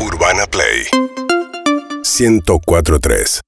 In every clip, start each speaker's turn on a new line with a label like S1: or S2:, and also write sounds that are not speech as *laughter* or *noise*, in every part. S1: Urbana Play 1043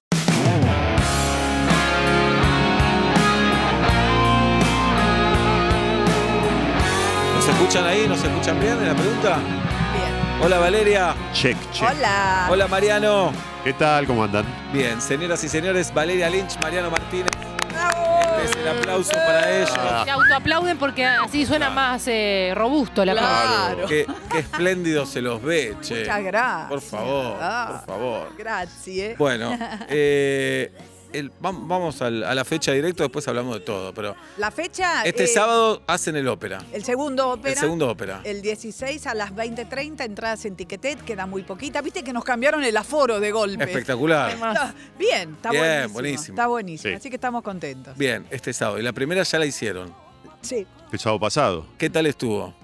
S2: ¿Nos escuchan ahí? ¿Nos escuchan bien en la pregunta?
S3: Bien.
S2: Hola Valeria.
S4: Check, check.
S3: Hola.
S2: Hola Mariano.
S4: ¿Qué tal? ¿Cómo andan?
S2: Bien, señoras y señores, Valeria Lynch, Mariano Martínez.
S3: Bravo.
S2: Este es el aplauso para ellos.
S5: Se autoaplauden porque así
S2: Ah.
S5: suena más eh, robusto la cosa.
S3: Claro.
S2: Qué, qué espléndido se los ve, che.
S3: Muchas gracias. Ah,
S2: Por favor, por favor.
S3: Gracias.
S2: Bueno, eh, el- vam- vamos al- a la fecha directo, después hablamos de todo. Pero
S3: La fecha.
S2: este
S3: eh,
S2: sábado hacen el ópera.
S3: El segundo ópera.
S2: El segundo ópera.
S3: El 16 a las 20.30, entradas en Tiquetet, queda muy poquita. Viste que nos cambiaron el aforo de golpe.
S2: Espectacular.
S3: Está- Bien, está
S2: Bien,
S3: buenísimo.
S2: buenísimo.
S3: Está buenísimo.
S4: Sí.
S3: Así que estamos contentos.
S2: Bien, este sábado. Y la primera ya la hicieron.
S3: Sí,
S4: El sábado pasado.
S2: ¿Qué tal estuvo?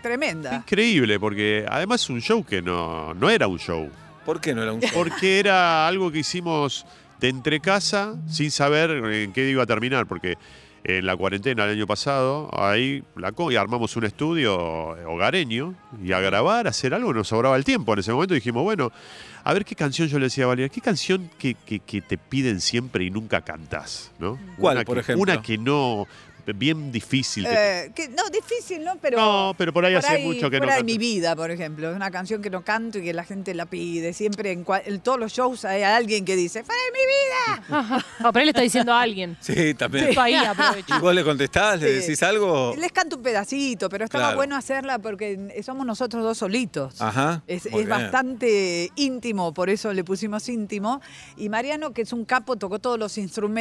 S3: tremenda.
S4: Increíble, porque además es un show que no, no era un show.
S2: ¿Por qué no era un show?
S4: Porque era algo que hicimos de entrecasa sin saber en qué iba a terminar, porque en la cuarentena el año pasado, ahí la co- y armamos un estudio hogareño y a grabar, a hacer algo, nos sobraba el tiempo. En ese momento dijimos, bueno, a ver qué canción yo le decía a Valeria, qué canción que, que- que te piden siempre y nunca cantás, ¿no?
S2: ¿Cuál,
S4: Una
S2: por
S4: que-
S2: ejemplo?
S4: Una que no, bien difícil. de-
S3: Eh, que- no, difícil, ¿no? Pero.
S4: no, pero por ahí hace mucho que no
S3: fuera de
S4: canto.
S3: mi vida, por ejemplo. Es una canción que no canto y que la gente la pide. Siempre en, cua- en todos los shows hay alguien que dice, fuera de mi vida.
S5: Ajá. No, pero él le está diciendo a alguien.
S2: Sí, también.
S5: Justo ahí aprovecho.
S2: ¿Y vos le contestás? ¿Le
S3: Sí.
S2: decís algo?
S3: Les canto un pedacito, pero estaba
S2: Claro.
S3: bueno hacerla porque somos nosotros dos solitos.
S2: Ajá.
S3: Es,
S2: muy
S3: es
S2: bien.
S3: bastante íntimo, por eso le pusimos íntimo. Y Mariano, que es un capo, tocó todos los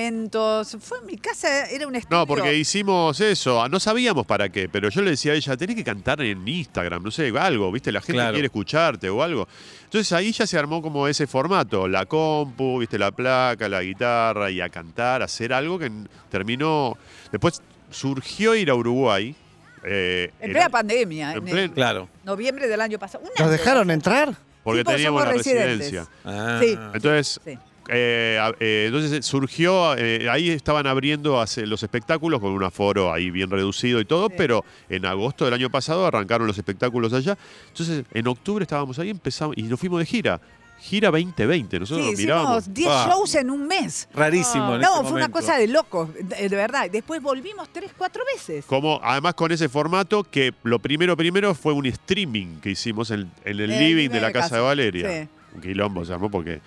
S3: instrumentos. Fue en mi casa, era un estudio.
S4: No, porque hicimos eso, Ah, no sabíamos para qué, pero yo le decía a ella, tenés que cantar en Instagram, no sé, algo, ¿viste? La gente
S2: Claro.
S4: quiere escucharte o algo. Entonces ahí ya se armó como ese formato, la compu, ¿viste? La placa, la guitarra y a cantar, a hacer algo que n- terminó... Después surgió ir a Uruguay. eh,
S3: En
S4: era-
S3: plena pandemia,
S4: en
S3: en,
S4: plena-
S3: el
S2: Claro.
S3: noviembre del año pasado. Un
S6: ¿Nos
S3: año.
S6: dejaron entrar?
S4: porque
S3: Sí, porque
S4: teníamos la
S3: somos residentes.
S4: residencia.
S2: Ah.
S3: Sí.
S4: Entonces,
S3: Sí.
S4: eh, a- eh, entonces eh, surgió, eh, ahí estaban abriendo hace- los espectáculos con un aforo ahí bien reducido y todo, pero en agosto del año pasado arrancaron los espectáculos allá. Entonces, en octubre estábamos ahí, empezamos y nos fuimos de gira. Gira 2020, nosotros
S3: Sí,
S4: nos mirábamos.
S3: hicimos 10
S2: Ah.
S3: shows en un mes.
S2: Rarísimo. en
S3: No,
S2: ese
S3: fue una
S2: momento.
S3: cosa de locos, de de verdad. Después volvimos tres, cuatro veces.
S4: Como, además con ese formato que lo primero primero fue un streaming que hicimos en, en el
S3: En
S4: living de la casa de Valeria.
S3: Sí.
S4: Un quilombo se armó porque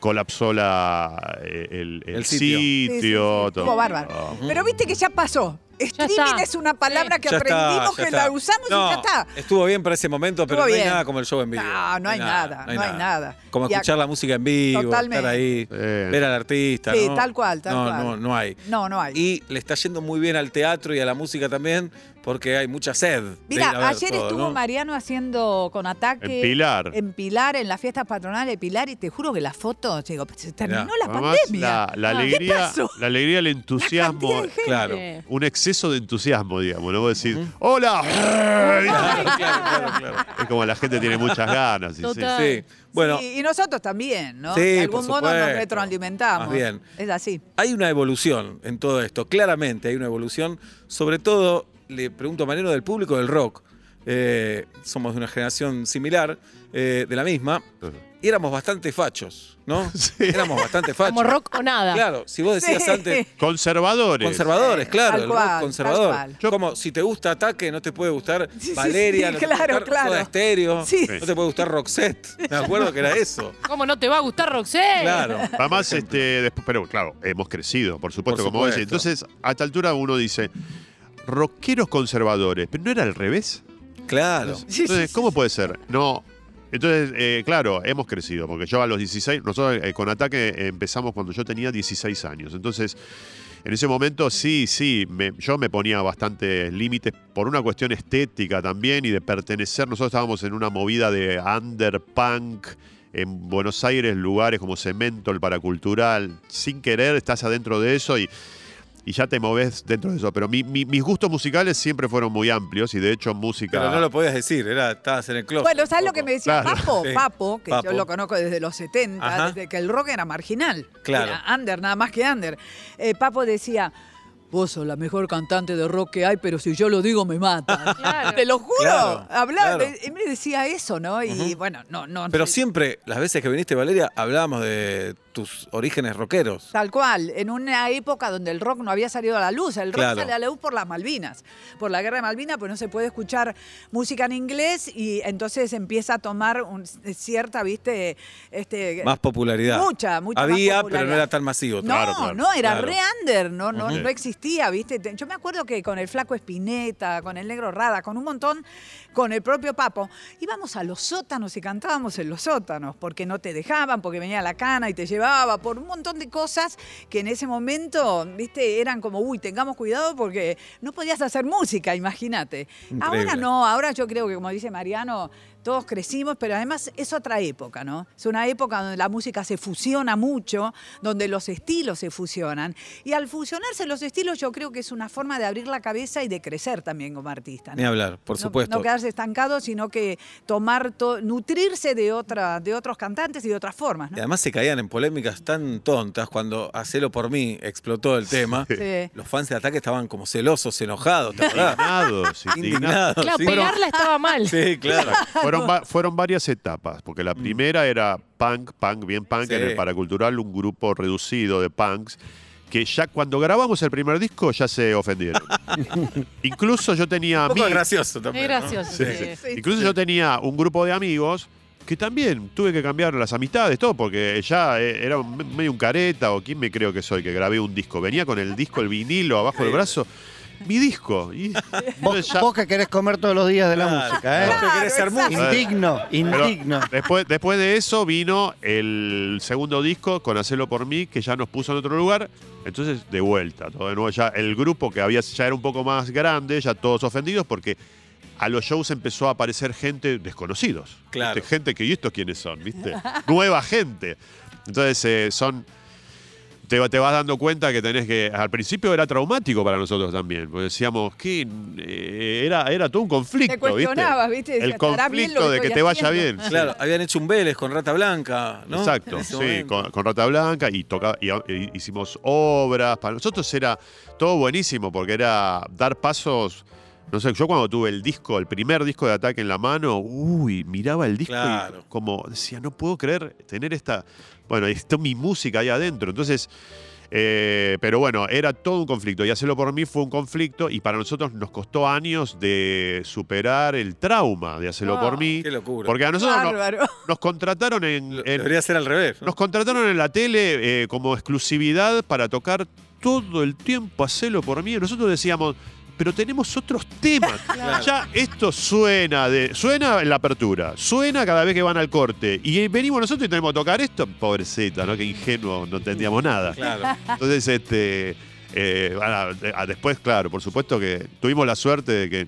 S4: colapsó la, eh, el, el
S2: El sitio.
S4: sitio,
S3: Sí, sí, sí.
S4: todo.
S3: Estuvo bárbaro.
S4: Ah.
S3: Pero viste que ya pasó. Streaming
S5: está.
S3: es una palabra
S5: Sí.
S3: que
S2: Ya está,
S3: aprendimos,
S2: ya
S3: que
S2: está.
S3: la usamos
S2: No,
S3: y ya está.
S2: Estuvo bien para ese momento, pero
S3: Estuvo
S2: no hay
S3: bien.
S2: nada como el show en vivo.
S3: No, no hay nada, no hay nada.
S2: Como
S3: Y a-
S2: escuchar la música en vivo,
S3: Totalmente.
S2: estar ahí,
S4: Eh.
S2: ver al artista.
S3: Sí,
S2: ¿no?
S3: tal cual, tal
S2: no,
S3: cual.
S2: No, no hay.
S3: No, no hay.
S2: Y le está yendo muy bien al teatro y a la música también, porque hay mucha sed. de ir a ver
S3: Mira, ayer
S2: todo,
S3: estuvo
S2: ¿no?
S3: Mariano haciendo con ataque.
S4: En Pilar.
S3: En Pilar, en las fiestas patronales de Pilar, y te juro que las fotos, digo, se terminó
S2: Mirá,
S3: la
S4: Además,
S3: pandemia. Ah,
S4: La, la
S3: ¿Qué
S4: alegría,
S3: pasó?
S4: la alegría, el
S3: La cantidad
S4: entusiasmo,
S3: de gente.
S2: *laughs* Claro.
S5: Eh,
S4: un exceso de entusiasmo, digamos, ¿no? Vos decís, ¡Hola! *laughs*
S2: *laughs* Claro, claro, claro, claro.
S4: es como la gente tiene muchas ganas. y sí.
S5: Total.
S2: Sí. Bueno,
S3: Sí, y nosotros también, ¿no?
S2: Sí,
S3: de algún
S2: por
S3: modo nos
S2: supuesto.
S3: retroalimentamos.
S2: Más bien.
S3: Es así.
S2: Hay una evolución en todo esto, claramente hay una evolución. Sobre todo, le pregunto a Mariano del público del rock. Eh, somos de una generación similar, eh, de la misma, y éramos bastante fachos, *laughs* ¿no? Éramos bastante fachos.
S5: como rock o nada.
S2: Claro, si vos decías
S3: Sí.
S2: antes
S4: Conservadores.
S2: conservadores,
S3: Sí,
S2: claro,
S3: tal
S2: el rock
S3: cual, tal
S2: conservador.
S3: cual.
S2: Yo- como si te gusta Ataque, no te puede gustar
S3: *laughs* Sí, sí,
S2: Valeria,
S3: sí,
S2: no te
S3: claro,
S2: puede gustar
S3: claro.
S2: Soda Stereo,
S3: Sí.
S2: no te puede gustar Roxette. Me acuerdo que era
S3: *laughs*
S2: eso.
S5: ¿Cómo no te va a gustar Roxette?
S2: Claro.
S4: Además, este, después, pero claro, hemos crecido, por supuesto,
S2: Por
S4: como vos decís.
S2: supuesto.
S4: Entonces, a esta altura uno dice, rockeros conservadores, pero no era al revés.
S2: Claro.
S3: Sí, sí,
S4: Entonces, ¿cómo puede ser? No. Entonces, eh, claro, hemos crecido, porque yo a los 16, nosotros eh, con Ataque empezamos cuando yo tenía 16 años. Entonces, en ese momento sí, sí, me- yo me ponía bastantes límites por una cuestión estética también y de pertenecer. Nosotros estábamos en una movida de underpunk en Buenos Aires, lugares como Cemento, el Paracultural. Sin querer estás adentro de eso y, y ya te moves dentro de eso. Pero mi- mi- mis gustos musicales siempre fueron muy amplios y de hecho música...
S2: Pero no lo podías decir, era, estabas en el closet.
S3: Bueno, ¿sabes lo
S2: un
S3: que
S2: poco.
S3: me decía
S4: Claro.
S3: Papo?
S2: Sí.
S3: Papo, que
S2: Papo.
S3: yo lo conozco desde los 70,
S2: Ajá.
S3: desde que el rock era marginal.
S2: Claro.
S3: Era under, nada más que under. Eh, Papo decía, vos sos la mejor cantante de rock que hay, pero si yo lo digo
S2: *laughs*
S3: me matan.
S5: Claro.
S3: Te lo juro.
S2: Claro,
S3: Hablaba,
S2: claro.
S3: él me decía eso, ¿no? Y bueno, no, no.
S2: Pero
S3: sí
S2: siempre, las veces que viniste, Valeria, hablábamos de tus orígenes rockeros.
S3: Tal cual, en una época donde el rock no había salido a la luz, el rock
S2: Claro.
S3: sale a la luz por las Malvinas, por la guerra de Malvinas, pues no se puede escuchar música en inglés y entonces empieza a tomar un- eh, cierta, viste, este
S2: Más popularidad.
S3: mucha, mucha más
S2: Había,
S3: popularidad.
S2: pero no era tan masivo.
S3: No,
S4: Claro, claro,
S3: no, era
S2: claro.
S3: re under, no, no,
S4: Ujú.
S3: no existía, ¿viste? Te- Yo me acuerdo que con el flaco Espineta, con el negro Rada, con un montón, con el propio Papo, íbamos a los sótanos y cantábamos en los sótanos, porque no te dejaban, porque venía la cana y te llevaba, por un montón de cosas que en ese momento, ¿viste? Eran como, uy, tengamos cuidado porque no podías hacer música, imagínate. Ahora
S2: Increíble.
S3: no, ahora yo creo que como dice Mariano, todos crecimos, pero además es otra época, ¿no? Es una época donde la música se fusiona mucho, donde los estilos se fusionan. Y al fusionarse los estilos yo creo que es una forma de abrir la cabeza y de crecer también como artista.
S2: Ni
S3: ¿no?
S2: hablar, por
S3: No-
S2: supuesto.
S3: No, quedarse estancado, sino que tomar, to- nutrirse de, otra, de otros cantantes y de otras formas,
S2: Y
S3: ¿no?
S2: además se caían en polémicas tan tontas cuando Hacelo por mí explotó el tema.
S3: Sí.
S2: Los fans de Ataque estaban como celosos, enojados, ¿te acordás?
S4: Indignados, indignados.
S2: Indignados.
S5: Claro,
S2: sí.
S5: pegarla estaba mal.
S2: Sí, claro.
S4: Fueron, va- fueron varias etapas, porque la primera era punk, punk, bien punk,
S2: Sí.
S4: en el Paracultural, un grupo reducido de punks, que ya cuando grabamos el primer disco ya se ofendieron. Incluso yo tenía
S2: Un poco
S4: amigos.
S2: gracioso también.
S5: Es
S2: ¿no?
S5: gracioso.
S4: Sí,
S5: sí.
S3: sí.
S4: Incluso yo tenía un grupo de amigos que también tuve que cambiar las amistades, todo, porque ya eh, era un- medio un careta o quién me creo que soy que grabé un disco. Venía con el disco, el vinilo abajo del brazo. Mi disco. Y,
S1: Vos,
S4: ya-
S1: vos que querés comer todos los días de la
S2: Claro.
S1: música, ¿eh?
S2: Vos que querés ser
S3: exacto.
S2: músico.
S1: Indigno,
S4: Pero
S1: indigno.
S4: Después, después de eso vino el segundo disco con Hacelo por mí, que ya nos puso en otro lugar. Entonces, de vuelta, todo de nuevo. Ya el grupo que había ya era un poco más grande, ya todos ofendidos, porque a los shows empezó a aparecer gente desconocidos.
S2: Claro.
S4: ¿viste? Gente que, ¿y estos quiénes son? ¿Viste? Nueva gente. Entonces, eh, son. Te, va- te vas dando cuenta que tenés que. Al principio era traumático para nosotros también. Porque decíamos, que era, era todo un conflicto.
S3: cuestionabas, ¿viste?
S4: El
S3: Decías, "¿Estará bien lo
S4: conflicto
S3: que
S4: de que
S3: estoy
S4: te vaya
S3: haciendo?".
S4: bien. *laughs* sí.
S2: Claro, habían hecho un Vélez con Rata Blanca, ¿no?
S4: Exacto,
S2: En ese
S4: sí,
S2: momento.
S4: con, con Rata Blanca y, toca, y, y- hicimos obras. Para nosotros era todo buenísimo porque era dar pasos. No sé, yo cuando tuve el disco, el primer disco de ataque en la mano, uy, miraba el disco
S2: Claro.
S4: y como decía, no puedo creer tener esta. Bueno, está mi música ahí adentro. Entonces. eh, pero bueno, era todo un conflicto y hacerlo por mí fue un conflicto y para nosotros nos costó años de superar el trauma de hacerlo
S3: Ah,
S4: por mí.
S2: Qué locura.
S4: Porque a nosotros no-
S3: Bárbaro.
S4: nos contrataron en,
S2: Lo-
S4: en-
S2: Debería ser al revés. ¿no?
S4: nos contrataron en la tele eh, como exclusividad para tocar todo el tiempo, hacelo por mí. Y Nosotros decíamos, pero tenemos otros temas.
S2: Claro.
S4: Ya esto suena de, suena en la apertura, suena cada vez que van al corte. Y eh, venimos nosotros y tenemos que tocar esto. Pobrecita, ¿no? Que ingenuo, no entendíamos nada.
S2: Claro.
S4: Entonces, este. eh, ah, de- ah, después, claro, por supuesto que tuvimos la suerte de que,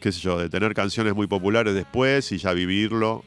S4: qué sé yo, de tener canciones muy populares después y ya vivirlo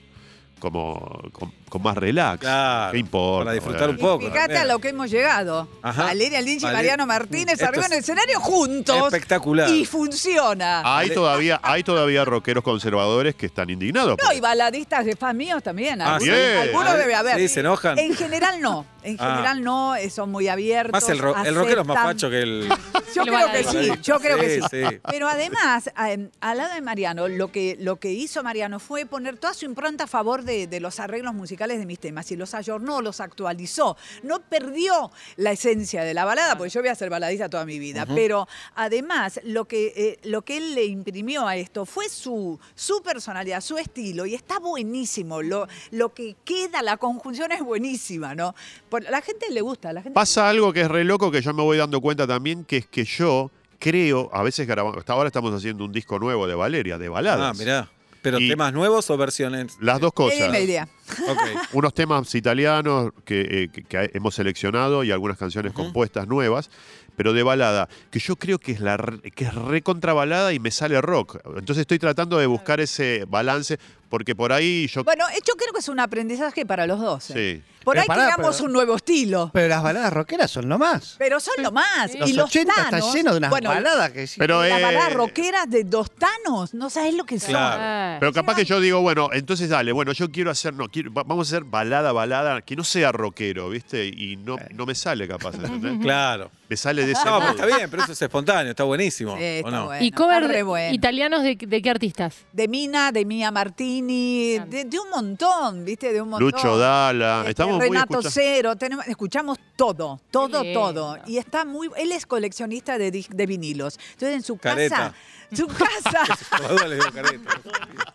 S4: como con, con más relax.
S2: Claro,
S4: ¿Qué importa?
S2: para disfrutar un
S3: Y
S4: boludo?
S2: poco,
S3: Fíjate a
S2: también.
S3: lo que hemos llegado.
S2: Ajá.
S3: Valeria Lynch y
S2: Vale-
S3: Mariano Martínez
S2: Esto
S3: arriba
S2: es
S3: en el escenario juntos.
S2: Espectacular.
S3: Y funciona.
S4: Hay todavía, hay todavía rockeros conservadores que están indignados.
S3: No,
S4: por
S3: y baladistas de fans míos también.
S2: Ah,
S3: Algunos,
S4: sí.
S3: algunos debe haber.
S2: Sí, se enojan.
S3: En general no. En
S2: Ah.
S3: general no, eh, son muy abiertos.
S2: Más el, ro- el rockero es más
S3: aceptan.
S2: facho que
S3: *laughs*
S2: el.
S3: Yo
S5: El
S3: creo que sí,
S2: baladista.
S3: yo creo que sí.
S2: Sí, sí.
S3: Pero además, eh, al lado de Mariano, lo que, lo que hizo Mariano fue poner toda su impronta a favor de, de los arreglos musicales de mis temas y los ayornó, los actualizó. No perdió la esencia de la balada, porque yo voy a ser baladista toda mi vida. Pero además, lo que, eh, lo que él le imprimió a esto fue su, su personalidad, su estilo, y está buenísimo. Lo, lo que queda, la conjunción es buenísima, ¿no? Por- la gente le gusta, la gente.
S4: Pasa algo que es re loco que yo me voy dando cuenta también, que es que yo creo, a veces grabamos, hasta ahora estamos haciendo un disco nuevo de Valeria, de baladas.
S2: Ah, mirá. ¿Pero
S4: Y-
S2: temas nuevos o
S4: *laughs*
S2: versiones?
S4: Las dos
S3: Qué
S4: cosas.
S3: linda idea.
S2: Ok.
S4: unos temas italianos que, eh, que- que hemos seleccionado y algunas canciones compuestas nuevas, pero de balada, que yo creo que es la re- que es recontrabalada y me sale rock. Entonces estoy tratando de buscar ese balance, porque por ahí yo
S3: Bueno, eh, yo creo que es un aprendizaje para los dos. ¿eh?
S4: Sí.
S3: Por
S1: Pero
S3: ahí
S1: pará,
S3: creamos
S1: pero-
S3: un nuevo estilo.
S1: Pero las baladas rockeras son lo más.
S3: Pero son lo más.
S5: Sí.
S1: Los
S3: y los
S1: 80
S3: tanos,
S1: está lleno de unas
S3: bueno,
S1: baladas que sí.
S4: Pero,
S3: Las
S4: eh,
S3: baladas rockeras de dos tanos. No sabes lo que son.
S2: Claro.
S5: Ah.
S4: Pero capaz que yo digo, bueno, entonces dale, bueno, yo quiero hacer, no, quiero- va- vamos a hacer balada, balada, que no sea rockero, ¿viste? Y no, no me sale capaz, ¿entendés?
S2: Claro.
S4: te sale de ese
S2: No, pero
S4: modo.
S2: está bien, pero eso es espontáneo, está buenísimo.
S3: Sí, está
S2: ¿o *laughs* no?
S3: bueno,
S5: ¿Y cover
S3: está re
S5: de-
S3: bueno.
S5: italianos de, de qué artistas?
S3: De Mina, de Mía Martini,
S5: Claro.
S3: de, de un montón, ¿viste? De un montón.
S4: Lucho Dala.
S3: Este,
S4: Estamos muy
S3: Renato
S4: escucha-
S3: Cero, tenemos- escuchamos todo, todo,
S5: lindo.
S3: todo. Y está muy. Él es coleccionista de, dis- de vinilos. Entonces en su
S2: Careta.
S3: casa. Su casa.
S4: *laughs*
S2: Por la duda les digo careta.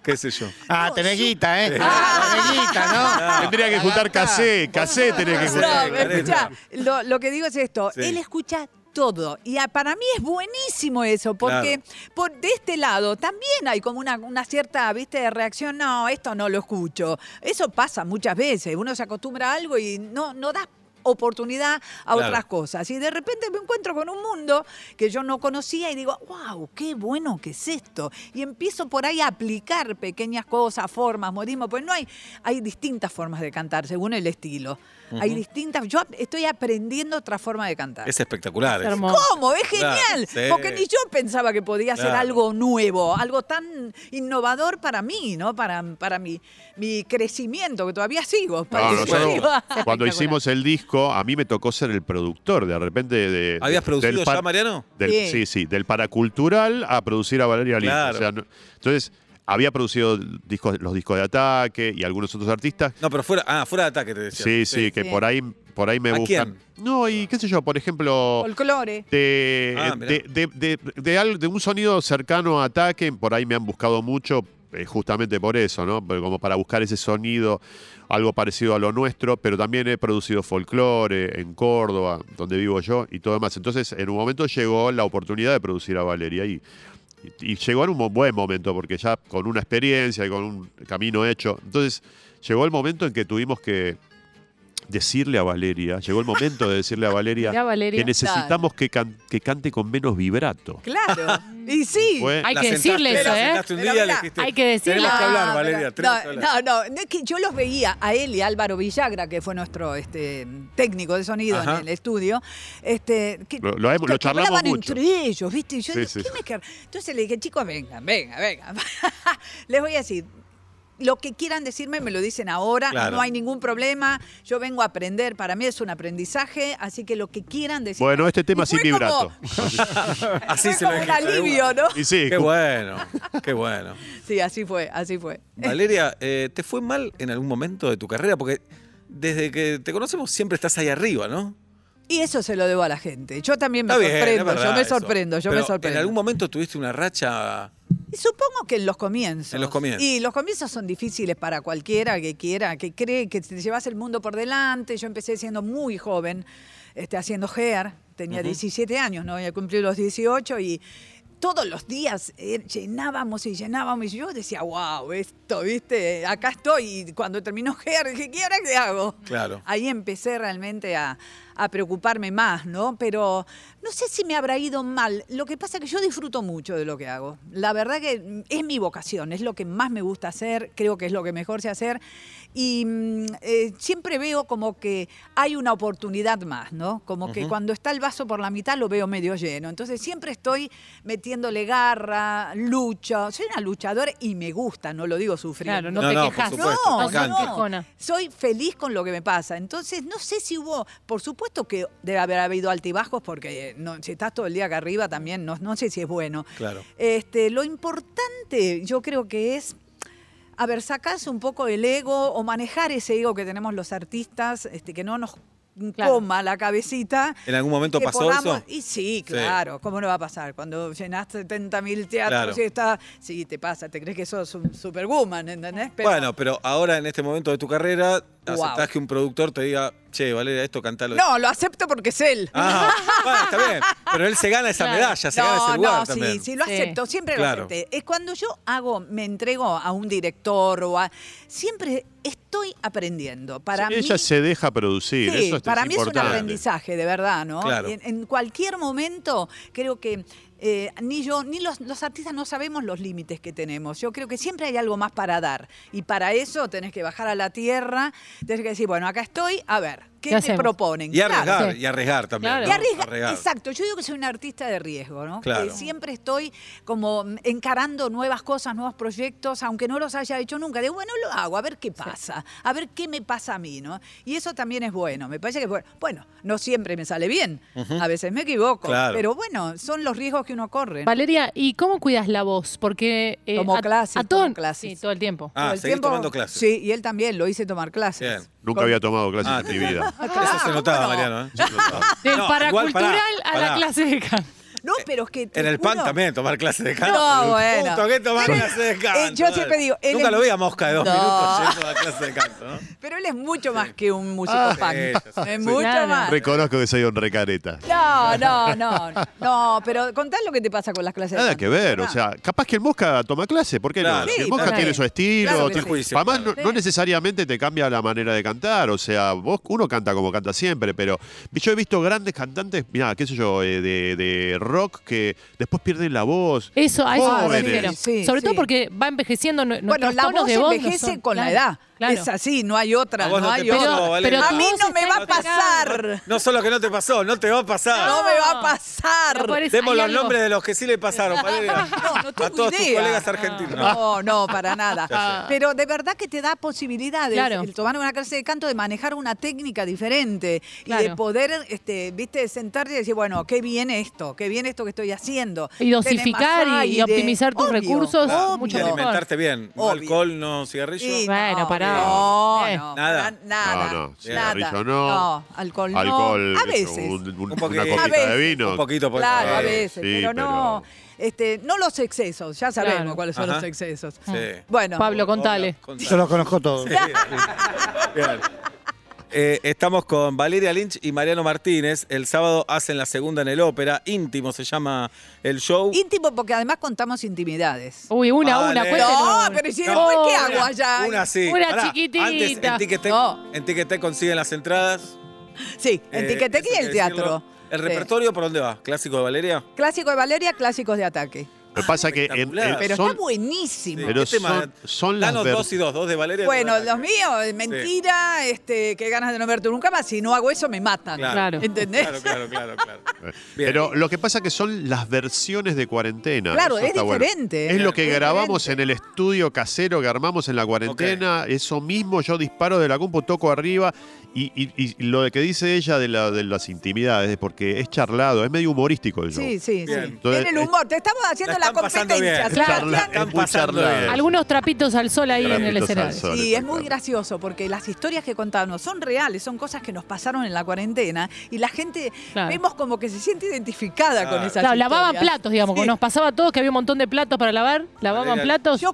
S2: ¿Qué sé yo?
S1: Ah,
S3: No,
S1: tenés
S3: sí.
S1: guita, ¿eh? Tenés guita, ¿no?
S4: Tendría que juntar casé, casé tenés que
S2: No,
S4: juntar.
S3: No, pero escuchá, lo, lo que digo es esto,
S2: Sí.
S3: él escucha todo y a- para mí es buenísimo eso porque por de este lado también hay como una, una cierta viste de reacción no esto no lo escucho eso pasa muchas veces uno se acostumbra a algo y no no da oportunidad a
S2: Claro.
S3: otras cosas y de repente me encuentro con un mundo que yo no conocía y digo wow qué bueno que es esto y empiezo por ahí a aplicar pequeñas cosas formas modismos pues no hay hay distintas formas de cantar según el estilo hay distintas yo ap- estoy aprendiendo otra forma de cantar
S2: Es espectacular. eso.
S5: Hermoso.
S3: ¿Cómo? Es
S2: Claro,
S3: genial.
S2: sí.
S3: Porque ni yo pensaba que podía hacer
S2: Claro.
S3: algo nuevo, algo tan innovador para mí, ¿no? Para, para mi, mi crecimiento, que todavía sigo.
S4: No,
S3: parece.
S2: bueno.
S3: *laughs*
S4: nosotros,
S3: Sigo.
S4: cuando hicimos el disco, a mí me tocó ser el productor. De repente. De,
S2: ¿Habías
S4: de-
S2: producido
S4: del par-
S2: ya, Mariano?
S4: del-
S3: Sí.
S4: sí, sí, del paracultural a producir a Valeria Lima.
S2: Claro.
S4: O sea, no- entonces, había producido discos, los discos de ataque y algunos otros artistas.
S2: No, pero fuera, ah, fuera de ataque te decía.
S4: Sí, sí, que
S3: Sí.
S4: por ahí por ahí me
S2: ¿A
S4: buscan. No, y qué sé yo, por ejemplo,
S3: Folclore.
S4: de, eh,
S2: Ah, mirá.
S4: de, de- de- de al- de un sonido cercano a ataque, por ahí me han buscado mucho, eh, justamente por eso, ¿no? Pero Como para buscar ese sonido, algo parecido a lo nuestro, pero también he producido folclore en Córdoba, donde vivo yo, y todo demás. Entonces, en un momento llegó la oportunidad de producir a Valeria y, y- y llegó en un mo- buen momento, porque ya con una experiencia y con un camino hecho. Entonces, llegó el momento en que tuvimos que decirle a Valeria, llegó el momento de decirle a Valeria
S5: Mirá, Valeria.
S4: que necesitamos que, can- que cante con menos vibrato.
S2: *laughs*
S3: Claro. Y sí.
S4: Fue-
S5: Hay
S2: La
S5: que
S2: sentaste-
S5: decirle eso,
S2: la
S5: ¿eh?
S2: sentaste un
S3: Pero
S2: día, le
S3: mirá,
S2: dijiste,
S5: hay que decirle.
S2: Tenemos que hablar,
S3: Ah,
S2: Valeria.
S3: pero-
S2: tenemos que
S3: no,
S2: hablar.
S3: No, no, no, es que yo los veía a él y a Álvaro Villagra, que fue nuestro este, técnico de sonido
S2: Ajá.
S3: en el estudio. Este, que,
S4: Lo- lo hemos-
S3: que
S4: lo charlamos
S3: hablaban
S4: mucho.
S3: entre ellos, ¿viste? Y yo
S4: Sí,
S3: digo,
S4: sí.
S3: ¿qué me quer- Entonces le dije, chicos, vengan, vengan, vengan. *laughs* Les voy a decir. Lo que quieran decirme me lo dicen ahora,
S2: Claro.
S3: no hay ningún problema. Yo vengo a aprender, para mí es un aprendizaje, así que lo que quieran decirme.
S4: Bueno, este
S3: Y
S4: tema
S3: fue
S4: sin vibrato.
S3: como-
S2: Así
S3: fue
S2: se lo
S3: como
S2: dijiste de
S3: un
S2: una.
S3: alivio, ¿no?
S4: *laughs* Y sí,
S2: Qué
S4: ju-
S2: bueno, qué bueno.
S3: Sí, así fue, así fue.
S2: Valeria, eh, ¿te fue mal en algún momento de tu carrera? Porque desde que te conocemos siempre estás ahí arriba, ¿no?
S3: Y eso se lo debo a la gente. Yo también me
S2: Está bien,
S3: sorprendo,
S2: es verdad
S3: yo me
S2: eso.
S3: sorprendo, yo
S2: Pero
S3: me sorprendo.
S2: En algún momento tuviste una racha.
S3: Y Supongo que en los comienzos.
S2: En los comienzos.
S3: Y los comienzos son difíciles para cualquiera que quiera, que cree que te llevas el mundo por delante. Yo empecé siendo muy joven, este, haciendo hair. Tenía 17 años, no había cumplido los 18 y todos los días eh, llenábamos y llenábamos. Y yo decía, wow, esto, viste, acá estoy. Y cuando terminó hair, dije, ¿qué ahora qué hago?
S2: Claro.
S3: Ahí empecé realmente a, a preocuparme más, ¿no? Pero no sé si me habrá ido mal. Lo que pasa es que yo disfruto mucho de lo que hago. La verdad que mm, es mi vocación, es lo que más me gusta hacer, creo que es lo que mejor sé hacer. Y mm, eh, siempre veo como que hay una oportunidad más, ¿no? Como que cuando está el vaso por la mitad lo veo medio lleno. Entonces siempre estoy metiéndole garra, lucha. Soy una luchadora y me gusta, no lo digo sufriendo.
S5: Claro, no, te quejas.
S2: por supuesto,
S3: No,
S2: me
S5: no,
S2: encanta.
S5: no. Quejona.
S3: Soy feliz con lo que me pasa. Entonces, no sé si hubo, por supuesto que debe haber habido altibajos, porque eh, no, si estás todo el día acá arriba también, no, no sé si es bueno.
S2: Claro.
S3: Este, lo importante, yo creo que es. A ver, sacarse un poco el ego o manejar ese ego que tenemos los artistas, este, que no nos
S5: Claro.
S3: coma la cabecita.
S2: ¿En algún momento
S3: que
S2: pasó
S3: podamos-
S2: eso?
S3: Y sí, claro, ¿cómo no va a pasar? Cuando llenas 70 mil teatros
S2: Claro.
S3: y está, sí, te pasa, te crees que sos un superwoman, ¿entendés? Pero-
S2: bueno, pero ahora en este momento de tu carrera,
S3: Wow.
S2: aceptás que un productor te diga, che, Valeria, esto cantalo.
S3: No, lo acepto porque es él.
S2: Ah, bueno, está bien. Pero él se gana esa
S5: Claro.
S2: medalla, se gana ese lugar
S3: no,
S2: también.
S3: sí, sí, lo
S5: Sí.
S3: acepto, siempre
S2: Claro.
S3: lo acepté. Es cuando yo hago, me entrego a un director o a... Siempre estoy aprendiendo. Para
S4: sí,
S3: mí,
S4: ella se deja producir.
S3: Sí,
S4: eso es
S3: para mí es un
S4: importante.
S3: aprendizaje, de verdad, ¿no?
S2: Claro.
S3: En, en cualquier momento, creo que eh, ni yo, ni los, los artistas no sabemos los límites que tenemos. Yo creo que siempre hay algo más para dar. Y para eso tenés que bajar a la tierra, tenés que decir, bueno, acá estoy, a ver. ¿Qué,
S5: ¿Qué
S3: me
S5: hacemos?
S3: proponen?
S2: Y arriesgar,
S5: sí.
S2: y arriesgar también.
S5: Claro.
S2: ¿no?
S3: Y arriesga- exacto, yo digo que soy una artista de riesgo, ¿no?
S2: Claro.
S3: Que siempre estoy como encarando nuevas cosas, nuevos proyectos, aunque no los haya hecho nunca. Digo, bueno, lo hago, a ver qué pasa, a ver qué me pasa a mí, ¿no? Y eso también es bueno, me parece que es bueno. Bueno, no siempre me sale bien, a veces me equivoco,
S2: Claro.
S3: pero bueno, son los riesgos que uno corre. ¿no?
S5: Valeria, ¿y cómo cuidas la voz? Porque eh,
S3: Tomo
S5: a-
S3: clases,
S5: a todo,
S3: tomo clases.
S5: Sí, todo el tiempo.
S2: Ah,
S3: Todo el
S2: seguís tomando clases.
S3: Sí, y él también, lo hice tomar clases.
S2: Bien.
S4: Nunca había tomado clases
S2: Ah,
S4: en mi vida.
S3: Ah, claro,
S2: Eso se
S3: ¿cómo
S2: notaba,
S3: no?
S2: Mariano. ¿eh?
S5: Del
S2: No, igual,
S5: paracultural
S2: pará,
S5: a
S2: pará.
S5: la clase de canto.
S3: No, pero es que. te
S2: En el PAN
S3: juro-
S2: también, tomar clases de canto.
S3: No,
S2: Pero,
S3: bueno.
S2: Puto, ¿qué tomar
S3: Él es-
S2: clases de
S3: eh,
S2: canto?
S3: yo siempre digo, él
S2: Nunca
S3: es-
S2: lo vi a Mosca de dos
S3: No.
S2: minutos yendo a clases de canto, ¿no?
S3: Pero él es mucho más que un músico fan.
S2: Ah, sí, ya sé.
S3: es mucho
S5: Claro.
S3: más.
S4: Reconozco que soy un recareta.
S3: No, no, no. No, pero contad lo que te pasa con las clases. de
S4: Nada
S3: canto.
S4: que ver, o
S3: Ah,
S4: sea, capaz que el mosca toma clase, ¿por qué
S2: Claro.
S4: no? Si
S3: Sí,
S4: el mosca
S3: claro.
S4: tiene su estilo,
S3: Claro que
S4: otro-
S3: sí.
S2: Prejuicio,
S4: además
S2: claro.
S4: no, no necesariamente te cambia la manera de cantar, o sea, vos uno canta como canta siempre, pero yo he visto grandes cantantes, mira, qué sé yo, eh, de, de rock que después pierden la voz.
S5: Eso, a eso me
S4: Jóvenes.
S5: refiero.
S3: Sí,
S5: Sobre
S3: sí.
S5: todo porque va envejeciendo nue-
S3: Bueno,
S5: nuestros
S3: la
S5: tonos
S3: voz
S5: de voz. no
S3: envejece
S5: son-
S3: con la
S5: claro,
S3: edad.
S5: claro.
S3: Es así, no hay otra,
S2: A vos
S3: no,
S2: no te
S3: hay
S2: pasó,
S3: otra.
S5: pero,
S2: Valeria.
S5: pero
S3: a
S5: tu
S3: mí
S5: voz
S3: no me
S5: está
S3: va a pasar.
S2: No solo que no te pasó, no te va a pasar.
S3: No me va a pasar.
S5: Pero por eso
S2: Demos
S5: hay
S2: los
S5: algo.
S2: nombres de los que sí le pasaron,
S3: *laughs*
S2: Valeria.
S3: No, no tengo
S2: a todos tus
S3: idea.
S2: colegas argentinos.
S3: No, no, para
S2: Ya
S3: nada.
S2: sé.
S3: Pero de verdad que te da posibilidades
S5: Claro.
S3: el tomar una clase de canto, de manejar una técnica diferente y de
S5: Claro.
S3: poder, este, viste, sentarte y decir, bueno, qué bien esto, qué bien esto que estoy haciendo.
S5: Y dosificar
S3: Tenés más
S5: y
S3: aire.
S5: optimizar tus recursos.
S2: Claro,
S5: Obvio.
S2: y alimentarte bien. No
S3: Obvio.
S2: alcohol, no cigarrillo.
S3: Y
S5: Bueno,
S3: no,
S5: pará.
S3: No,
S5: Eh.
S3: no,
S2: Nada.
S3: para nada.
S4: No, no,
S3: nada.
S4: cigarrillo no,
S3: alcohol no.
S4: Alcohol,
S3: a
S4: qué sé yo,
S3: veces.
S4: un- un-
S2: Un
S4: una
S2: poquito.
S4: copita
S3: A veces.
S4: de vino.
S2: Un poquito por
S3: Claro, a
S2: Eh,
S3: veces,
S4: sí,
S3: pero no, este, no los excesos, ya sabemos
S5: Claro.
S3: cuáles son
S2: Ajá.
S3: los excesos.
S2: Sí.
S3: Bueno,
S5: Pablo, contale.
S1: Yo los conozco todos.
S2: Bien. Eh, estamos con Valeria Lynch y Mariano Martínez. El sábado hacen la segunda en el ópera. Íntimo se llama el
S4: Uh.
S2: show.
S3: íntimo porque además contamos intimidades.
S5: Uy, una a una,
S2: Dale.
S5: cuéntenos
S3: No,
S5: una.
S3: pero si
S5: No.
S3: después, ¿qué hago
S2: Una-
S3: allá?
S2: Una sí.
S5: Una
S2: Pará,
S5: chiquitita.
S2: Antes en Ticketek,
S3: No.
S2: en Ticketek consiguen las entradas.
S3: Sí, en
S2: Eh,
S3: Tiquetec
S2: eso
S3: y
S2: hay
S3: el
S2: que decirlo.
S3: teatro.
S2: ¿El
S3: Sí.
S2: repertorio por dónde va? ¿Clásico de Valeria?
S3: Clásico de Valeria, clásicos de ataque.
S4: Me pasa que en- en-
S2: Espectacular.
S3: Pero
S4: son,
S3: está buenísimo.
S4: Pero
S2: ¿Qué tema?
S4: son- son las
S2: Danos
S4: ver-
S2: dos y dos, dos de Valeria. y
S3: Bueno,
S2: dos de
S3: los
S2: *laughs* Ataque.
S3: míos, eh, mentira, este, qué ganas de no verte nunca más. Si no hago eso, me matan.
S5: Claro.
S3: ¿Entendés?
S2: Claro, claro, claro,
S3: *laughs*
S2: claro. Bien.
S4: Pero lo que pasa que son las versiones de cuarentena.
S3: Claro,
S4: Eso
S3: es
S4: está bueno.
S3: diferente. ¿eh?
S4: Es lo que
S3: Es
S4: grabamos
S3: diferente.
S4: en el estudio casero que armamos en la cuarentena. Eso mismo, yo disparo de la compu, toco arriba. Y, y- y lo que dice ella de, la- de las intimidades, porque es charlado, es medio humorístico el show.
S3: Sí, sí, sí.
S2: Bien.
S4: Entonces,
S3: Tiene el humor, te estamos haciendo
S2: la
S3: la,
S2: están pasando
S3: competencia.
S2: bien.
S4: Es
S5: Claro.
S4: charla-
S2: Están
S4: es muy
S2: pasando
S4: charlado.
S2: bien.
S5: Algunos trapitos al sol ahí en el
S4: Trapitos al
S5: escenario.
S4: sol.
S3: Sí, es muy
S4: espectacular.
S3: gracioso porque las historias que contábamos son reales, son cosas que nos pasaron en la cuarentena y la gente
S5: Claro.
S3: vemos como que se siente identificada
S2: Claro.
S3: con esas
S5: Claro,
S3: historias.
S5: lavaban platos, digamos,
S3: Sí.
S5: que nos pasaba a todos que había un montón de platos para lavar. Lavaban
S2: Valeria,
S5: platos.
S3: Yo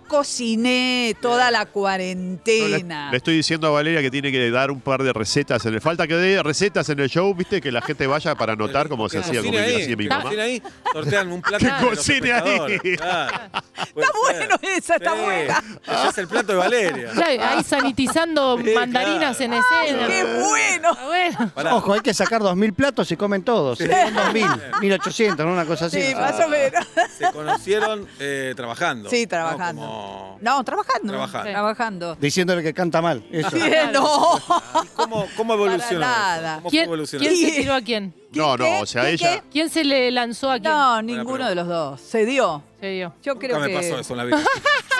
S3: cociné toda la
S4: yo le,
S3: cuarentena.
S4: le estoy diciendo a Valeria que tiene que dar un par de recetas. En el, falta que dé recetas en el show, viste, que la gente
S2: *laughs*
S4: vaya para anotar como se
S2: Que
S4: hacía, como
S2: cocine ahí,
S4: hacía mi
S2: que
S4: mamá.
S2: cocine ahí, sortean un plato.
S4: Que
S2: de los
S4: cocine ahí.
S2: espectadores, claro. Puede
S3: Está
S2: ser.
S3: bueno esa, está
S2: Sí,
S3: buena.
S2: ese es el plato de Valeria.
S5: Claro, ahí sanitizando
S2: *laughs* Sí,
S5: mandarinas
S2: claro.
S5: en escena.
S3: ¡Qué bueno!
S5: Ah, bueno.
S2: Pará.
S1: Ojo, hay que sacar 2.000 platos y comen todos. Son 2.000, 1.800, ¿no? Una cosa así.
S3: Sí, más o menos.
S2: Se conocieron eh, trabajando.
S3: Sí, trabajando.
S2: No,
S3: No,
S2: como-
S3: trabajando.
S2: Trabajando.
S3: Trabajando.
S1: Diciéndole que canta mal. Eso.
S3: Sí, no.
S2: ¿Y ¿Cómo, cómo evolucionó?
S3: Para
S2: eso?
S3: nada.
S2: ¿Cómo fue
S5: ¿Quién,
S2: evolucionando?
S5: quién se tiró a quién?
S4: No,
S3: ¿Quién
S4: no, o sea,
S3: qué? ¿Quién
S4: ella.
S3: qué?
S5: ¿Quién se le lanzó a quién?
S3: No, ninguno de los dos. Se dio.
S5: Se dio.
S3: Yo creo
S2: Nunca
S3: que.
S2: me pasó eso en la vida.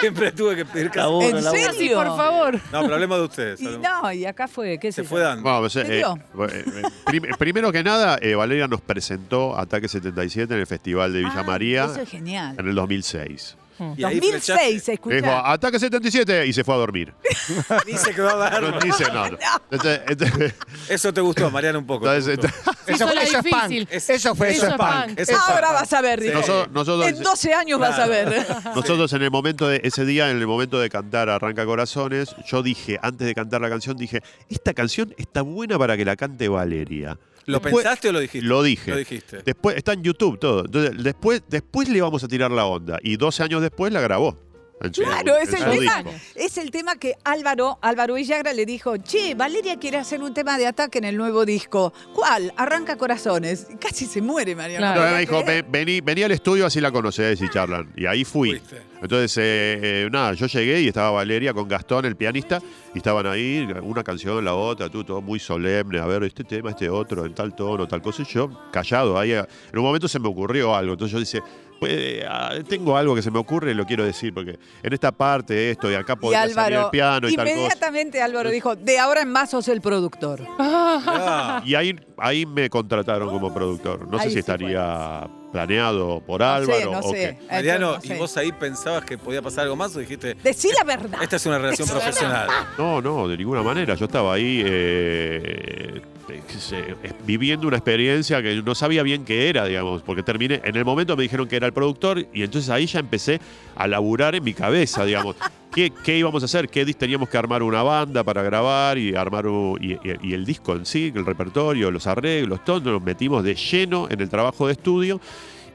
S2: Siempre tuve que pedir casa.
S1: Laburo,
S3: ¿En
S1: laburo.
S5: Sí,
S3: serio?
S5: por favor.
S2: No, problema de ustedes.
S3: Y
S2: ¿sabes?
S3: no, y acá fue, qué
S2: se
S3: sé yo. Ah,
S2: fue dando.
S4: Bueno, pues, eh,
S3: ¿Serio?
S4: eh, eh, prim- primero que nada, eh, Valeria nos presentó Ataque 77 en el Festival de Villa
S3: Ah,
S4: María
S3: Eso es genial.
S4: en el 2006.
S2: Y ahí
S3: 2006, escuchá.
S4: Dijo, ah, Ataque 77 y se fue a dormir.
S2: flechaste. Ni se quedó a
S4: No,
S2: dar.
S4: dice,
S3: *laughs*
S4: no, no. Entonces, entonces-
S2: Eso te gustó, Mariana, un poco. te
S4: entonces-
S2: gustó.
S1: Eso,
S5: Hizo la
S1: eso es
S5: difícil.
S1: punk. Eso fue, eso,
S5: Eso
S1: es
S5: es
S1: punk.
S5: punk.
S1: Eso es
S3: Ahora
S1: punk.
S3: vas a ver, dijo.
S4: nosotros, nosotros,
S3: En 12 años vas
S2: *laughs*
S3: a ver.
S4: nosotros en el momento de ese día, en el momento de cantar Arranca Corazones, yo dije, antes de cantar la canción, dije, esta canción está buena para que la cante Valeria.
S2: ¿Lo
S4: Después-
S2: pensaste o lo dijiste?
S4: Lo dije.
S2: Lo dijiste.
S4: Después está en YouTube todo. Entonces, después, después le vamos a tirar la onda. Y 12 años después la grabó. en su-
S3: Claro, es
S4: en
S3: el,
S4: su
S3: tema,
S4: disco.
S3: es el tema que Álvaro, Álvaro Villagra le dijo, che, Valeria quiere hacer un tema de ataque en el nuevo disco. ¿Cuál? Arranca corazones. Casi se muere, ¿eh? Mariano.
S5: Claro.
S4: No, me dijo, "Ven- vení, vení al estudio, así la conocés y charlan. Y ahí fui.
S2: Fuiste.
S4: Entonces, eh, eh, nada, yo llegué y estaba Valeria con Gastón, el pianista, y estaban ahí, una canción, la otra, tú, todo muy solemne, a ver, este tema, este otro, en tal tono, tal cosa. Y yo, callado, ahí, eh, en un momento se me ocurrió algo. Entonces yo dije, "Puede, ah, tengo algo que se me ocurre y lo quiero decir, porque en esta parte esto, y acá
S3: Y
S4: podría salir el
S3: Álvaro,
S4: piano y tal cosa.
S3: inmediatamente Álvaro dijo, de ahora en más sos el productor.
S2: Mirá.
S4: Y ahí, ahí me contrataron como productor. No
S3: Ahí
S4: sé si
S3: sí
S4: estaría planeado por
S3: No sé,
S4: *laughs* Álvaro
S3: no
S4: o
S3: sé.
S4: qué.
S3: Esto,
S2: Mariano,
S3: no sé.
S2: ¿y vos ahí pensabas que podía pasar algo más o dijiste,
S3: Decí la verdad. *laughs*
S2: esta es una relación
S3: Decí la
S2: profesional?
S4: No, no, de ninguna manera. Yo estaba ahí eh, eh, qué sé, eh, viviendo una experiencia que no sabía bien qué era, digamos, porque terminé, en el momento me dijeron que era el productor y entonces ahí ya empecé a laburar en mi cabeza, digamos. ¿Qué, qué íbamos a hacer? ¿Qué dis- teníamos que armar una banda para grabar y armar un- y, y- y el disco en sí, el repertorio, los arreglos, todo? Nos metimos de lleno en el trabajo de estudio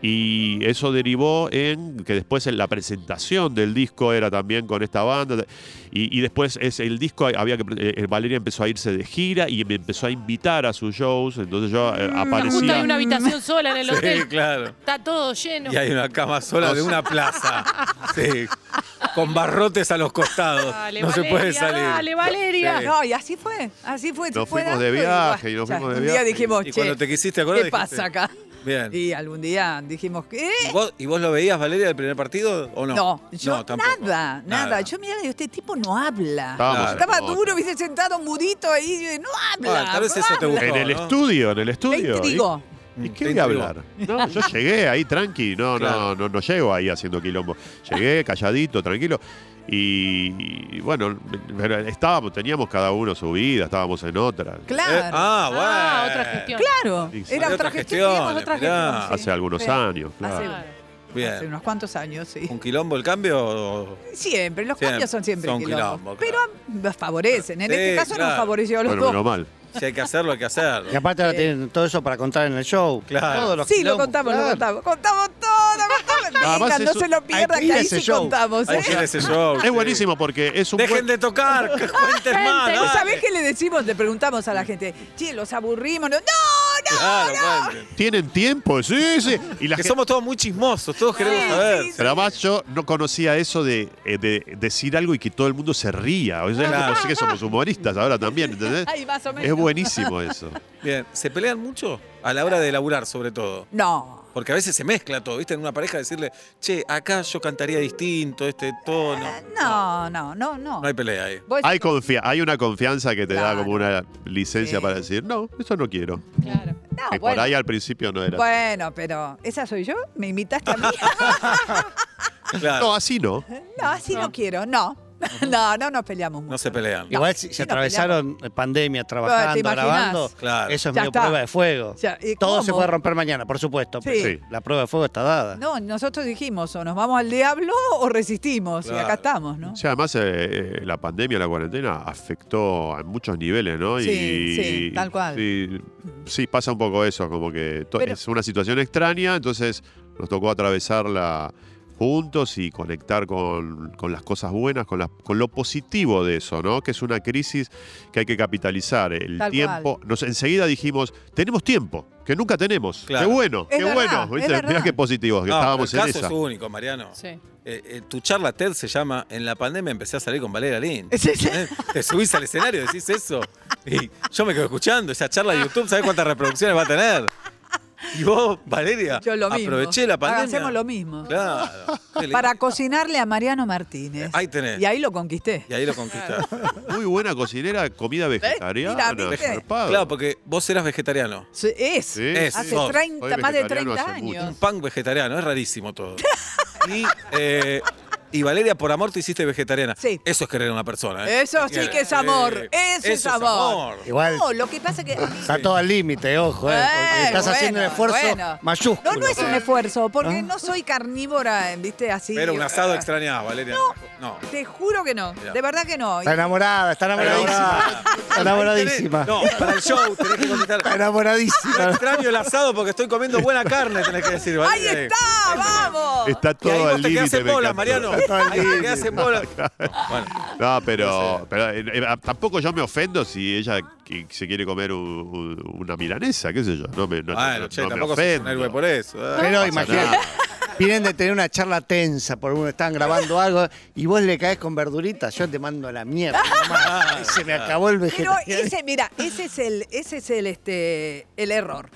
S4: y eso derivó en que después en la presentación del disco era también con esta banda. Y, y después es el disco había que eh, Valeria empezó a irse de gira y me empezó a invitar a sus shows. Entonces yo
S3: Mm,
S4: eh,
S5: Justo hay
S4: aparecía.
S5: una habitación sola en el
S2: Sí,
S5: hotel.
S2: claro.
S5: Está todo lleno.
S2: Y hay una cama sola de una
S3: *laughs*
S2: plaza. Sí. Con barrotes a los costados.
S5: Dale,
S2: no se
S5: Valeria,
S2: puede salir.
S5: dale, Valeria. Ah,
S2: Sí.
S3: No, y así fue, así fue. se
S4: Nos
S3: fue
S4: fuimos
S3: dando
S4: de viaje,
S3: y "Ah,
S4: y nos
S3: ya,
S4: fuimos de
S3: un
S4: viaje.
S3: día dijimos,
S2: Y
S3: che,
S2: cuando te quisiste
S3: ¿qué
S2: acordar, dijiste,
S3: pasa acá?
S2: Bien.
S3: Y algún día dijimos, ¿qué?
S2: ¿Y ¿Vos, ¿Y vos lo veías, Valeria, del primer partido o no?
S3: No, yo
S2: tampoco.
S3: nada, nada, Yo mirá, digo, este tipo no habla.
S4: Estábamos
S2: Claro.
S3: Estaba
S4: en otra.
S3: duro, hubiese sentado mudito ahí, yo digo, no habla.
S2: Ah, tal vez
S3: no
S2: eso te
S3: habla.
S2: gustó.
S4: En el
S2: ¿no?
S4: estudio, en el
S3: Te
S4: estudio.
S3: intrigó.
S4: ¿Y, y
S2: Mm, te
S4: qué voy a
S2: intrigó.
S4: hablar? No, yo llegué ahí tranqui, no,
S2: Claro.
S4: no, no, no llego ahí haciendo quilombo. Llegué calladito, tranquilo. Y, y bueno, pero estábamos, teníamos cada uno su vida, estábamos en otra.
S2: Eh,
S3: Claro,
S2: ah, bueno.
S5: Ah, otra gestión.
S3: claro.
S4: Sí, sí.
S3: Era
S2: Hay
S3: otra
S2: otras
S3: gestión, teníamos
S2: gestiones,
S3: otra
S2: mirá.
S3: gestión. sí.
S4: Hace algunos
S3: Sí.
S4: años, claro.
S3: Hace-
S5: Claro.
S3: Hace
S2: Bien.
S3: unos cuantos años, sí.
S2: ¿Un quilombo el cambio? o-
S3: Siempre, los
S2: Siempre,
S3: cambios son siempre
S2: son
S3: quilombos,
S2: quilombo,
S3: Pero
S2: claro.
S3: nos favorecen. En
S2: Sí,
S3: este caso
S2: claro.
S3: nos favoreció a los
S4: Bueno, menos
S3: dos.
S4: mal.
S2: Si hay que hacerlo, hay que hacerlo.
S1: Y aparte ahora tienen todo eso para contar en el show.
S2: Claro.
S1: Todos los
S3: Sí, lo
S1: quilombos.
S3: contamos, lo
S1: Claro.
S3: contamos. Contamos todo, contamos.
S4: Además,
S3: Vengan, no
S4: eso-
S3: se lo pierdan,
S1: Hay que
S3: que
S1: ir a
S3: ahí
S1: ese
S3: sí
S1: show.
S3: contamos.
S2: Hay
S3: ¿eh?
S2: que ir a ese show. sí.
S4: Es buenísimo porque es un
S2: Dejen
S4: buen-
S2: de
S4: *laughs*
S2: tocar, que cuenten más.
S5: Gente,
S2: dale.
S5: no
S3: ¿No sabés qué le decimos? Le preguntamos a la gente, che, los aburrimos. No, no, no.
S2: Claro, cuenten.
S4: tienen tiempo, sí, sí. Y la
S2: Que
S4: gente-
S2: somos todos muy chismosos, todos queremos
S3: Sí,
S2: saber.
S3: sí, sí.
S4: Pero además yo no conocía eso de, eh, de decir algo y que todo el mundo se ría. O sea, es
S2: Claro.
S4: como si que somos humoristas ahora también, ¿entendés?
S3: Ay, más o menos.
S4: Es buenísimo eso.
S2: Bien, ¿se pelean mucho? A la hora de laburar, sobre todo.
S3: No.
S2: Porque a veces se mezcla todo, ¿viste? En una pareja decirle, che, acá yo cantaría distinto, este tono.
S3: No, no, no, no.
S2: No hay pelea ahí.
S3: Vos-
S4: Hay, confia- hay una confianza que te
S3: Claro.
S4: da como una licencia
S3: Sí.
S4: para decir, no, eso no quiero.
S5: Claro.
S3: no,
S4: que por
S3: bueno,
S4: ahí al principio no era.
S3: bueno, pero ¿esa soy yo? ¿Me invitaste a mí?
S2: Claro,
S4: No, así no.
S3: no, así no, quiero, no. No, no nos peleamos mucho.
S2: no se pelean.
S1: Igual si, si
S3: Sí, nos
S1: atravesaron eh, pandemia,
S3: Ah, ¿te
S1: trabajando,
S3: imaginas?
S1: grabando,
S2: Claro.
S1: eso es
S3: Ya
S1: medio
S3: está.
S1: prueba de fuego.
S3: Ya, ¿y
S1: Todo se
S3: cómo?
S1: puede romper mañana, por supuesto. pero
S4: Sí.
S1: La prueba de fuego está dada.
S3: No, nosotros dijimos, o nos vamos al diablo o resistimos. Y acá
S2: Claro.
S3: estamos, ¿no?
S4: O sea, además eh, eh, la pandemia, la cuarentena afectó a muchos niveles, ¿no?
S3: Sí, sí, tal cual.
S4: y- sí, pasa un poco eso, como que to-
S3: Pero-
S4: es una situación extraña, entonces nos tocó atravesarla juntos y conectar con, con las cosas buenas, con, las- con lo positivo de eso, ¿no? Que es una crisis que hay que capitalizar. El
S3: Tal
S4: tiempo, nos enseguida dijimos, tenemos tiempo, que nunca tenemos.
S2: Claro.
S4: Qué bueno,
S3: Es
S4: qué
S3: verdad,
S4: bueno.
S3: es
S4: ¿viste?
S3: verdad.
S4: Mirá qué positivos que
S2: No,
S4: estábamos
S2: pero
S4: en
S2: el caso
S4: esa.
S2: es único, Mariano.
S5: Sí.
S2: Eh, eh, tu charla TED se llama En la pandemia empecé a salir con Valeria Lynn.
S3: Sí, sí.
S2: ¿Eh? Te subís al escenario, decís eso. Y yo me quedo escuchando esa charla de YouTube, ¿sabés cuántas reproducciones va a tener? Y vos, Valeria,
S3: Yo lo mismo.
S2: aproveché la pandemia.
S3: Hacemos lo mismo.
S2: Claro. Qué lindo.
S3: Para cocinarle a Mariano Martínez.
S2: Ahí tenés.
S3: Y ahí lo conquisté.
S2: Y ahí lo conquistaste.
S4: Muy buena cocinera, comida vegetariana,
S3: Mira, ¿viste?
S4: resarpado.
S2: Claro, porque vos eras vegetariano.
S3: Sí, Es.
S4: Sí.
S2: Es.
S3: Hace
S2: Sos.
S3: 30,
S4: Soy
S3: más de
S4: vegetariano
S3: 30
S4: hace mucho.
S2: Un
S3: años.
S2: punk vegetariano, es rarísimo
S3: *laughs*
S2: todo. Y, eh, y Valeria, por amor te hiciste vegetariana.
S3: Sí.
S2: Eso es querer a una persona. ¿eh?
S3: Eso sí que es amor.
S2: Eh,
S3: eso, es amor.
S1: Igual
S3: No, lo que pasa que.
S1: está todo al límite, ojo. eh,
S3: Eh,
S1: porque estás
S3: bueno,
S1: haciendo un esfuerzo
S3: bueno.
S1: mayúsculo.
S3: No, no es
S4: Ah.
S3: un esfuerzo, porque no soy carnívora, viste, así. eh,
S2: Pero un asado extrañaba, Valeria. No.
S3: Te juro que no,
S2: Mirá.
S3: de verdad que no.
S1: Está enamorada, está enamoradísima.
S2: Ahora,
S1: Está enamoradísima.
S2: No, para el show tenés que contestar.
S1: Está enamoradísima.
S2: Extraño el asado porque estoy comiendo buena carne, tenés que decir.
S3: ¡Ahí
S2: Valeria.
S3: está! ¡Vamos!
S4: eh, Está
S2: Que ahí
S4: todo al
S2: vos te quedás
S4: límite.
S2: en
S4: me
S2: bola,
S4: encantó.
S2: Mariano.
S1: Está todo al
S2: Ahí te
S1: límite.
S2: quedás en bola. Bueno,
S4: No, pero, pero eh, eh, tampoco yo me ofendo si ella qui- se quiere comer un- un- una milanesa, qué sé yo. No me, no,
S2: bueno,
S4: no-
S2: che,
S4: no me
S2: tampoco sos un
S4: ofendo.
S2: héroe por eso. ah.
S1: Pero
S4: pasa
S1: imagínate,
S4: nada.
S1: vienen de tener una charla tensa, por uno están grabando algo y vos le caes con verduritas, yo te mando a la mierda.
S3: *laughs*
S1: mamá. Se me acabó el
S3: Pero
S1: vegetariano.
S3: ese, mira, ese es el, ese es el, este, el error.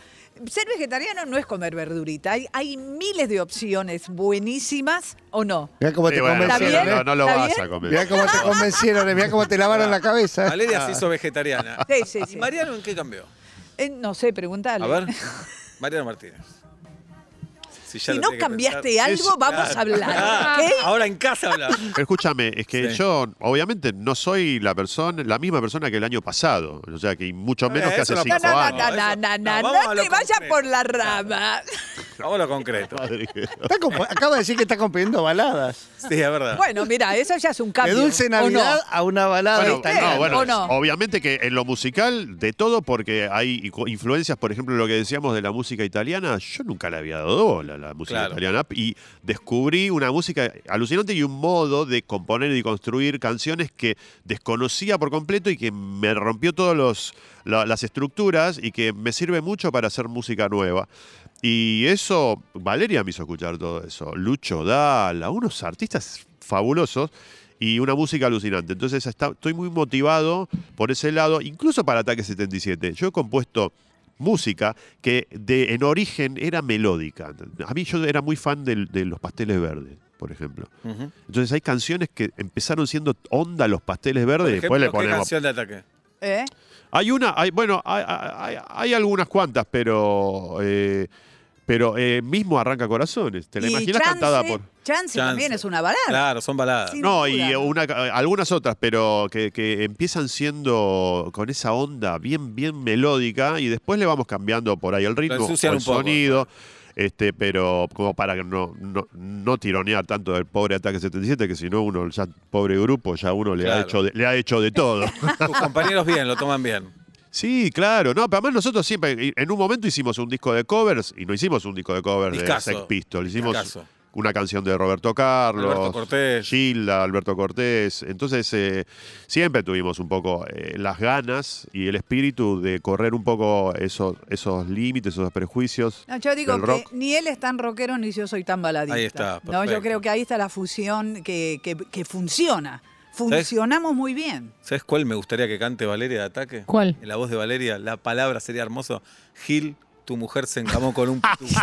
S3: Ser vegetariano no es comer verdurita. Hay, hay miles de opciones buenísimas, ¿o no?
S1: Mirá cómo
S4: Sí,
S1: te
S4: bueno,
S3: ¿Está
S4: pero
S1: convencieron. ¿eh?
S2: ¿eh?
S3: bien?
S4: no, no lo
S3: ¿Está
S4: vas
S3: bien?
S4: a comer.
S1: Mirá cómo te convencieron, eh, mirá cómo te lavaron la cabeza.
S2: Valeria se hizo vegetariana.
S3: Ah. *laughs* Sí, sí, sí.
S2: ¿Y Mariano en qué cambió?
S3: Eh, no sé, pregúntale.
S2: A ver, Mariano Martínez. ya
S3: Si
S2: lo
S3: no
S2: tenés que
S3: cambiaste
S2: pensar.
S3: algo,
S4: Es-
S3: vamos a hablar.
S2: Ah,
S3: ¿ok?
S2: *laughs* Ahora en casa hablamos.
S3: *laughs*
S4: Pero escúchame, es que
S2: Sí.
S4: yo obviamente no soy la persona, la misma persona que el año pasado, o sea que y mucho menos
S2: Eh,
S4: que
S2: eso
S4: hace
S2: no
S4: cinco
S3: No,
S2: pasa
S3: no,
S4: años.
S3: no,
S2: Eso- no,
S3: no, no, no,
S2: vamos a
S3: no
S2: lo
S3: te vayas
S2: concreto.
S3: por la rama.
S2: Vamos a lo concreto.
S4: Madre que-
S1: Está compo- Acaba de decir que está componiendo baladas.
S2: Sí, es verdad.
S3: Bueno, mira, eso ya es un
S1: De
S3: cambio.
S1: dulce
S3: ¿o
S1: Navidad
S3: no?
S1: a una balada
S4: Bueno,
S1: italiana.
S4: no, bueno,
S3: ¿o no?
S4: obviamente que en lo musical de todo, porque hay ico- influencias, por ejemplo, lo que decíamos de la música italiana, yo nunca le había dado bola a la música
S2: Claro.
S4: italiana y descubrí una música alucinante y un modo de componer y construir canciones que desconocía por completo y que me rompió todas los, la- las estructuras y que me sirve mucho para hacer música nueva. Y eso, Valeria me hizo escuchar todo eso. Lucho Dalla, unos artistas fabulosos y una música alucinante. Entonces está- estoy muy motivado por ese lado, incluso para Ataque 77. Yo he compuesto música que de, en origen era melódica. A mí yo era muy fan del- de, los pasteles verdes, por ejemplo.
S2: Ujú.
S4: Entonces hay canciones que empezaron siendo onda los pasteles verdes y después le
S2: Ejemplo, ¿Qué
S4: ponemos
S2: canción de ataque?
S3: ¿Eh?
S4: hay una, hay, bueno, hay, hay- hay- hay algunas cuantas, pero eh, pero eh, mismo arranca corazones. ¿Te la
S3: Y
S4: imaginas
S3: Chance-
S4: cantada por?
S3: Chance también
S2: Chance.
S3: es una balada.
S2: Claro, son baladas.
S3: Sí. sin
S4: No,
S3: duda,
S4: y
S3: ¿no?
S4: una, algunas otras, pero que, que empiezan siendo con esa onda bien, bien melódica y después le vamos cambiando por ahí el ritmo, o
S2: ensucian
S4: el
S2: un poco.
S4: sonido. Este, pero como para que no, no, no tironear tanto del pobre Ataque 77, que si no uno, ya pobre grupo, ya uno le, ha
S2: Claro.
S4: hecho de- le ha hecho
S2: *laughs*
S4: de todo.
S2: Tus compañeros bien, lo toman bien.
S4: Sí, claro. No, pero además nosotros siempre, en un momento hicimos un disco de covers y no hicimos un disco de covers
S2: Discazo.
S4: de Sex Pistols. Hicimos
S2: Discazo.
S4: una canción de Roberto Carlos,
S2: Alberto Cortés.
S4: Gilda, Alberto Cortés. Entonces eh, siempre tuvimos un poco eh, las ganas y el espíritu de correr un poco esos, esos límites, esos prejuicios.
S3: No, yo digo
S4: del
S3: que
S4: rock.
S3: ni él es tan rockero ni yo soy tan baladista.
S2: Ahí está,
S3: No, yo
S2: perfecto.
S3: creo que ahí está la fusión que, que- que funciona. Funcionamos muy bien.
S2: ¿Sabes cuál me gustaría que cante Valeria de ataque?
S5: ¿Cuál?
S2: En la voz de Valeria, la palabra sería hermoso. Gil, tu mujer se encamó con un
S3: *laughs*
S2: pitufo.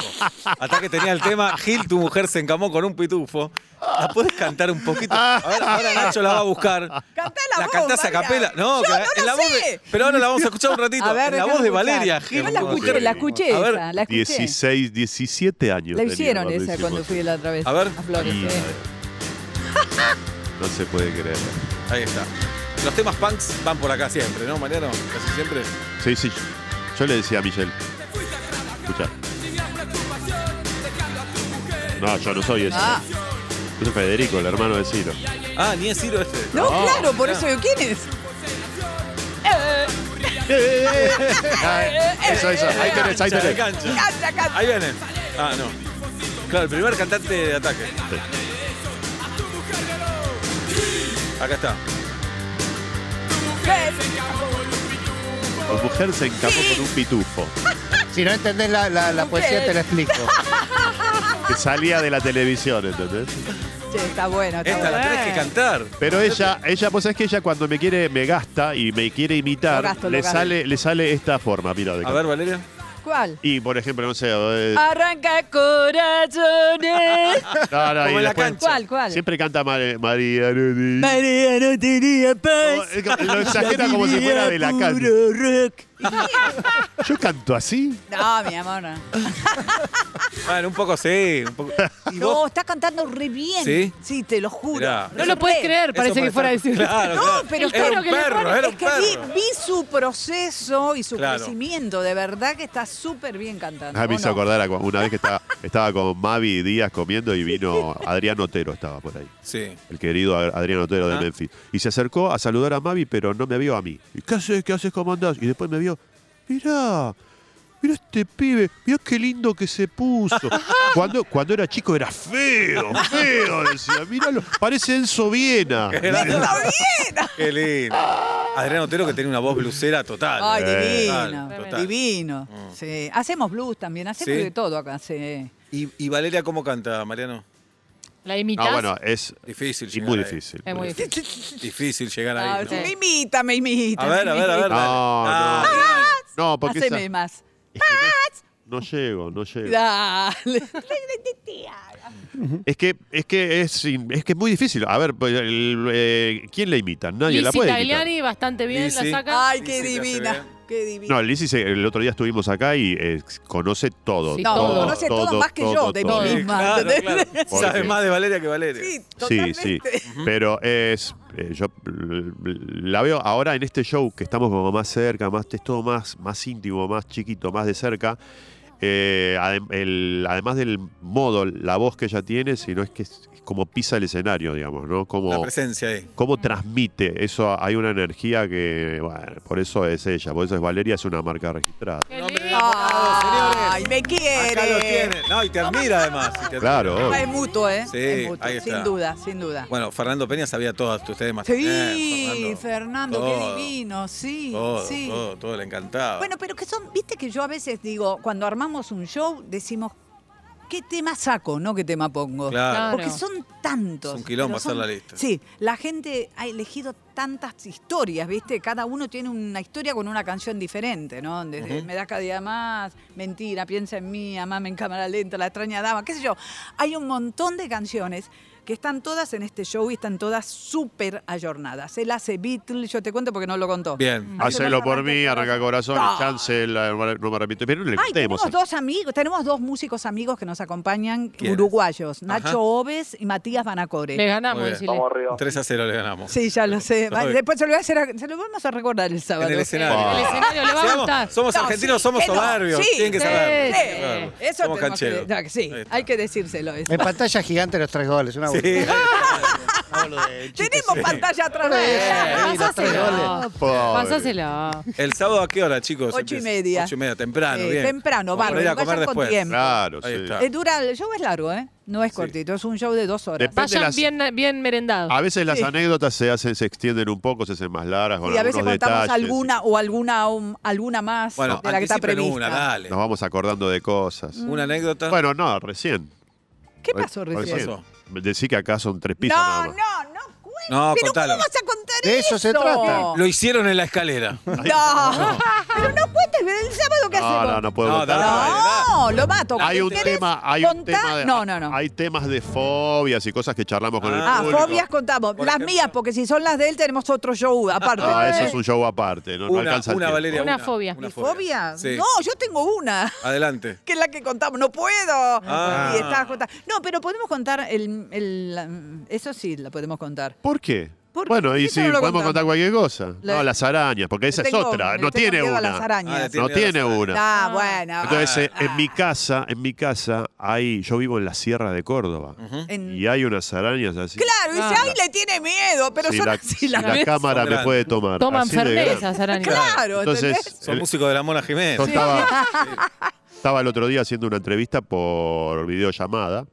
S2: ataque tenía el tema, Gil, tu mujer se encamó con un pitufo. ¿La puedes cantar un poquito? A ver, ahora Nacho la va a buscar.
S3: Cantala
S2: ¿La
S3: vos,
S2: cantás a
S3: Mayra.
S2: capela? No,
S3: Yo
S2: que-
S3: no lo
S2: en la voz
S3: sé.
S2: de- Pero ahora la vamos a escuchar un ratito.
S3: A ver,
S2: en la
S3: déjame
S2: voz de
S3: escuchar.
S2: Valeria, Gil.
S3: Yo la
S2: tu
S3: escuché,
S2: mujer-
S3: la escuché
S2: A ver,
S3: esa, la escuché.
S4: 16, 17 años.
S3: La
S4: tenía Mm.
S3: hicieron
S4: cuando
S3: esa
S4: hicimos.
S3: cuando fui la otra vez.
S2: A ver.
S3: Flores,
S4: Y-
S3: sí.
S4: *laughs* No se puede creer.
S2: Ahí está. Los temas punks van por acá siempre, ¿no, Mariano? Casi siempre.
S4: Sí, sí. Yo le decía a Michelle. Escucha. No, yo no soy ese.
S3: Ah.
S4: Yo soy Federico, el hermano de Ciro.
S2: Ah, ni es Ciro este.
S3: No,
S2: Ah,
S3: claro, por
S2: mirá.
S3: eso yo, ¿quién es?
S2: eh,
S3: Eh,
S4: eh, eso, eso. Ahí tenés, ahí
S2: Cancha,
S4: tenés.
S2: cancha.
S3: Canta, canta.
S2: Ahí viene. Ah, no. Claro, el primer cantante de ataque. Acá está.
S4: Tu mujer se encapó con un pitufo
S3: eh.
S1: Si no entendés la, la- la poesía, te la explico.
S4: que salía de la televisión, ¿entendés?
S3: Che, está bueno, está
S2: Esta
S3: bueno.
S2: la tenés que cantar.
S4: Pero ella, ella, vos sabés que ella cuando me quiere, me gasta y me quiere imitar,
S3: Lo gasto, lo
S4: le,
S3: gasto.
S4: sale, le sale esta forma, mira. De
S2: A ver, Valeria.
S3: ¿Cuál?
S4: Y por ejemplo, no sé. eh,
S3: Arranca corazones.
S4: no, no, y
S2: Como en la
S4: después-
S2: cancha.
S3: *laughs* ¿Cuál, Ah, cuál?
S4: Siempre canta Mar- eh, María. María.
S3: María no tenía
S4: Como-
S3: paz.
S4: es como- lo exagera como si fuera de la calle.
S3: Puro rock.
S4: Yo canto así.
S3: *laughs* No, mi amor. No,
S2: Bueno, un poco sí, un poco. ¿Y
S3: no
S2: vos?
S3: está cantando re bien.
S2: ¿Sí?
S3: te lo juro.
S2: Mirá.
S5: No lo puedes
S3: Re.
S5: creer,
S2: Eso
S5: parece que
S2: para
S5: fuera a
S2: estar-
S5: decir.
S2: Claro,
S3: No,
S2: claro.
S3: pero
S2: era
S5: espero
S2: un
S5: que le
S2: perro,
S5: pongan-
S2: era
S3: Es
S2: un
S3: que
S2: perro.
S3: vi, vi su proceso y su
S2: Claro.
S3: crecimiento. De verdad que está súper bien cantando.
S4: Ah, me
S3: ¿o
S4: hizo
S3: no?
S4: acordar a cu- una vez que estaba, estaba con Mavi Díaz comiendo y vino Adrián Otero, estaba por ahí.
S2: Sí.
S4: El querido Ad- Adrián Otero de
S2: Ajá.
S4: Memphis. Y se acercó a saludar a Mavi, pero no me vio a mí. ¿Y qué haces? ¿Qué haces? ¿Cómo andás? Y después me vio. Mirá, mirá este pibe, mirá qué lindo que se puso. cuando, cuando era chico era feo, feo, decía. Míralo, parece Enzo Viena.
S2: Qué lindo. Adrián Otero que tiene una voz blusera total.
S3: Ay,
S4: Eh,
S3: divino.
S2: total, total. Mm.
S3: Divino. Sí. Hacemos blues también, hacemos
S2: Sí.
S3: de todo acá. sí.
S2: ¿Y, y Valeria cómo canta, Mariano?
S5: La imitas.
S2: Ah,
S4: No, bueno, es
S2: Difícil
S4: y
S2: llegar
S4: muy
S2: ahí.
S4: difícil.
S5: eh. es muy difícil.
S2: Difícil llegar
S3: Ah,
S2: ahí.
S3: sí,
S2: ¿no?
S3: Me imita, me imita.
S2: A ver,
S3: me
S2: a ver, a ver.
S3: imita.
S4: No, no.
S2: Ah,
S4: No, porque esa-
S3: Haceme más.
S4: es que no, no llego, no llego.
S3: Dale.
S4: Es que es que es, in- es que es muy difícil. A ver, pues, el- eh, ¿quién la imita? Nadie
S5: Lizzy
S4: la puede imitar.
S5: Tagliani bastante bien
S2: Lizzy.
S5: la saca.
S3: Ay,
S2: Sí,
S3: qué
S2: sí, que hace
S3: divina.
S2: bien.
S3: Qué divina.
S4: No, Lizzy se- el otro día estuvimos acá y eh, conoce todo.
S5: Sí,
S3: No,
S5: todo,
S3: conoce todo, más que yo de
S5: todo.
S3: mí
S2: ah, Sí,
S3: misma.
S2: claro,
S3: ¿entendés?
S2: claro.
S4: Porque-
S2: Sabes más de Valeria que Valeria.
S3: Sí,
S4: Sí,
S3: totalmente.
S4: sí. Pero es. eh, yo l- la veo ahora en este show que estamos como más cerca, más es todo más, más íntimo, más chiquito, más de cerca. Eh, adem- el- además del modo, la voz que ella tiene, sino es que es, es como pisa el escenario, digamos, ¿no? Como,
S2: La presencia ahí.
S4: cómo
S3: Mm.
S4: transmite eso hay una energía que bueno, por eso es ella por eso es Valeria es una marca registrada
S5: Qué
S2: No me
S5: lindo.
S2: den por nada, señores.
S3: Ay, me quiere.
S2: Acá lo tiene. No, y te admira además. y te admira.
S4: Claro.
S3: Ah, Es mutuo, ¿eh?
S2: Sí,
S3: es mutuo,
S2: ahí está.
S3: sin duda, sin duda.
S2: Bueno, Fernando Peña sabía todas tus temas.
S3: Sí, Fernando,
S2: Todo,
S3: qué divino, sí,
S2: Todo,
S3: sí.
S2: todo, todo le encantaba.
S3: Bueno, pero que son, viste que yo a veces digo, cuando armamos un show, decimos, ¿qué tema saco? No qué tema pongo.
S2: claro.
S3: Porque son tantos.
S2: Es un quilombo
S3: pero
S2: hacer
S3: son-
S2: la lista.
S3: Sí, la gente ha elegido tantas historias, ¿viste? Cada uno tiene una historia con una canción diferente, ¿no? Desde Me das cada día más, Mentira, piensa en mí, Amame en cámara lenta, La extraña dama, qué sé yo. Hay un montón de canciones que están todas en este show y están todas súper ayornadas. Él hace Beatles, yo te cuento porque no lo contó.
S2: Bien.
S3: Hace
S4: hacelo
S3: más
S4: por
S3: arranca el
S4: mí arranca corazón
S3: Ah.
S4: chance la- no me repito pero no le
S3: Ay,
S4: contemos
S3: tenemos dos amigos, tenemos dos músicos amigos que nos acompañan,
S2: ¿Quiénes?
S3: uruguayos, Nacho
S2: Ajá.
S3: Oves y Matías Banacore.
S5: Le ganamos,
S2: Muy bien.
S5: decirle.
S2: 3 a 0 le ganamos.
S3: Sí, ya lo sé. Va-
S2: Está bien.
S3: Después se lo, voy a hacer a- se lo vamos a recordar el sábado.
S2: En el
S5: En
S2: escenario.
S5: el
S4: Ah.
S5: escenario le va a
S2: Seamos-
S5: gustar.
S2: Somos
S3: No,
S2: argentinos,
S3: sí,
S2: somos
S3: que no.
S2: soberbios.
S3: Sí,
S2: Tienen que
S5: sí,
S2: saberlo.
S5: sí.
S2: Claro.
S3: Eso
S2: somos
S3: tenemos que,
S2: cancheros.
S3: no, que sí,
S2: Ahí está.
S3: hay que decírselo eso.
S1: En pantalla gigante los tres
S3: *laughs*
S1: goles. Una
S2: Sí.
S1: boludez.
S3: Tenemos pantalla atrás
S1: Eh,
S3: de
S1: y los tres goles.
S5: Pasáselo.
S4: Pobre.
S5: Pasáselo.
S2: ¿El sábado a qué hora, chicos?
S3: Ocho y
S2: Empieza-
S3: media.
S2: Ocho y media, temprano,
S3: Sí,
S2: bien.
S3: temprano,
S2: Vamos
S3: bárbaro,
S2: ir a
S3: vayan
S2: comer
S3: con
S2: después.
S3: tiempo.
S4: claro
S2: Ahí
S4: sí.
S2: está.
S3: Eh, dura, el show es largo, ¿eh? No es
S2: Sí.
S3: cortito, es un show de dos horas.
S4: Depende
S5: Vayan
S4: las-
S5: bien, bien merendados.
S2: Ah,
S4: a veces las
S3: Sí.
S4: anécdotas se hacen se extienden un poco se hacen más largas con
S3: Y a veces
S4: algunos
S3: contamos
S4: detalles.
S3: alguna o alguna um, alguna más
S2: Bueno,
S3: de la que está
S2: anticipen
S3: prevista. Mm.
S2: una, dale.
S4: nos vamos acordando de cosas
S2: Una anécdota.
S4: bueno no recién
S3: ¿Qué pasó recién?
S2: pasó?
S4: decí que acá son tres pisos
S3: No,
S4: nada
S3: no,
S4: más.
S3: no cuentes.
S2: No,
S3: pero
S2: contalo.
S3: ¿cómo vas a contar
S1: De eso se
S3: eso?
S1: trata.
S2: Lo hicieron en la escalera.
S3: No, *laughs* pero no cuentes, pero el sábado que
S4: no,
S3: hacemos.
S4: no, no puedo
S2: No,
S4: contar.
S2: dale, dale.
S3: No, lo mato.
S4: Hay un
S3: ¿Querés
S4: tema, hay un
S3: contar?
S4: tema de,
S3: No, no, no.
S4: Hay temas de fobias y cosas que charlamos con el
S2: Ah,
S3: Ah,
S4: público.
S3: fobias contamos.
S2: Por
S3: Las
S2: ejemplo.
S3: mías, porque si son las de él, tenemos otro show aparte. ¿Eh?
S4: No, Ah, eso es un show aparte, no, no
S2: una,
S4: alcanza el
S2: una
S4: tiempo.
S2: Valeria.
S5: Una fobia.
S2: una
S3: ¿Mi fobia?
S2: Sí.
S3: No, yo tengo una, *laughs*
S2: Adelante.
S3: que es la que contamos. No puedo.
S2: Ah.
S3: Y estaba contando- No, pero podemos contar el, el- la- Eso sí, la podemos contar.
S4: ¿Por qué?
S3: ¿Por
S4: bueno,
S3: qué
S4: y
S3: eso
S4: si
S3: no lo
S4: podemos
S3: contamos?
S4: contar cualquier cosa.
S3: Le-
S4: no, las arañas, porque esa
S3: Tengo-
S4: es otra,
S3: le
S4: no
S3: tengo
S4: tiene
S3: miedo a
S4: una.
S3: las arañas.
S2: Ah,
S4: No
S2: Tiene
S4: tiene
S2: las
S4: una.
S3: Ah,
S5: Ah.
S3: bueno.
S4: Entonces, eh,
S3: Ah.
S4: en mi casa, en mi casa hay, yo vivo en la Sierra de Córdoba
S3: ah, En-
S4: y hay unas arañas así.
S3: Claro, dice, ay, le tiene miedo, pero
S4: si
S3: son
S4: la,
S3: así
S4: si
S3: las
S4: la
S3: veces.
S4: cámara me
S2: grandes.
S4: puede tomar.
S5: Toman
S4: así de grande.
S5: fermezas, arañas.
S3: Claro, ¿entendés?
S4: Entonces, eh,
S2: Son
S4: el-
S2: músicos de la Mona Jiménez.
S4: Yo estaba,
S2: *laughs*
S4: estaba el otro día haciendo una entrevista por videollamada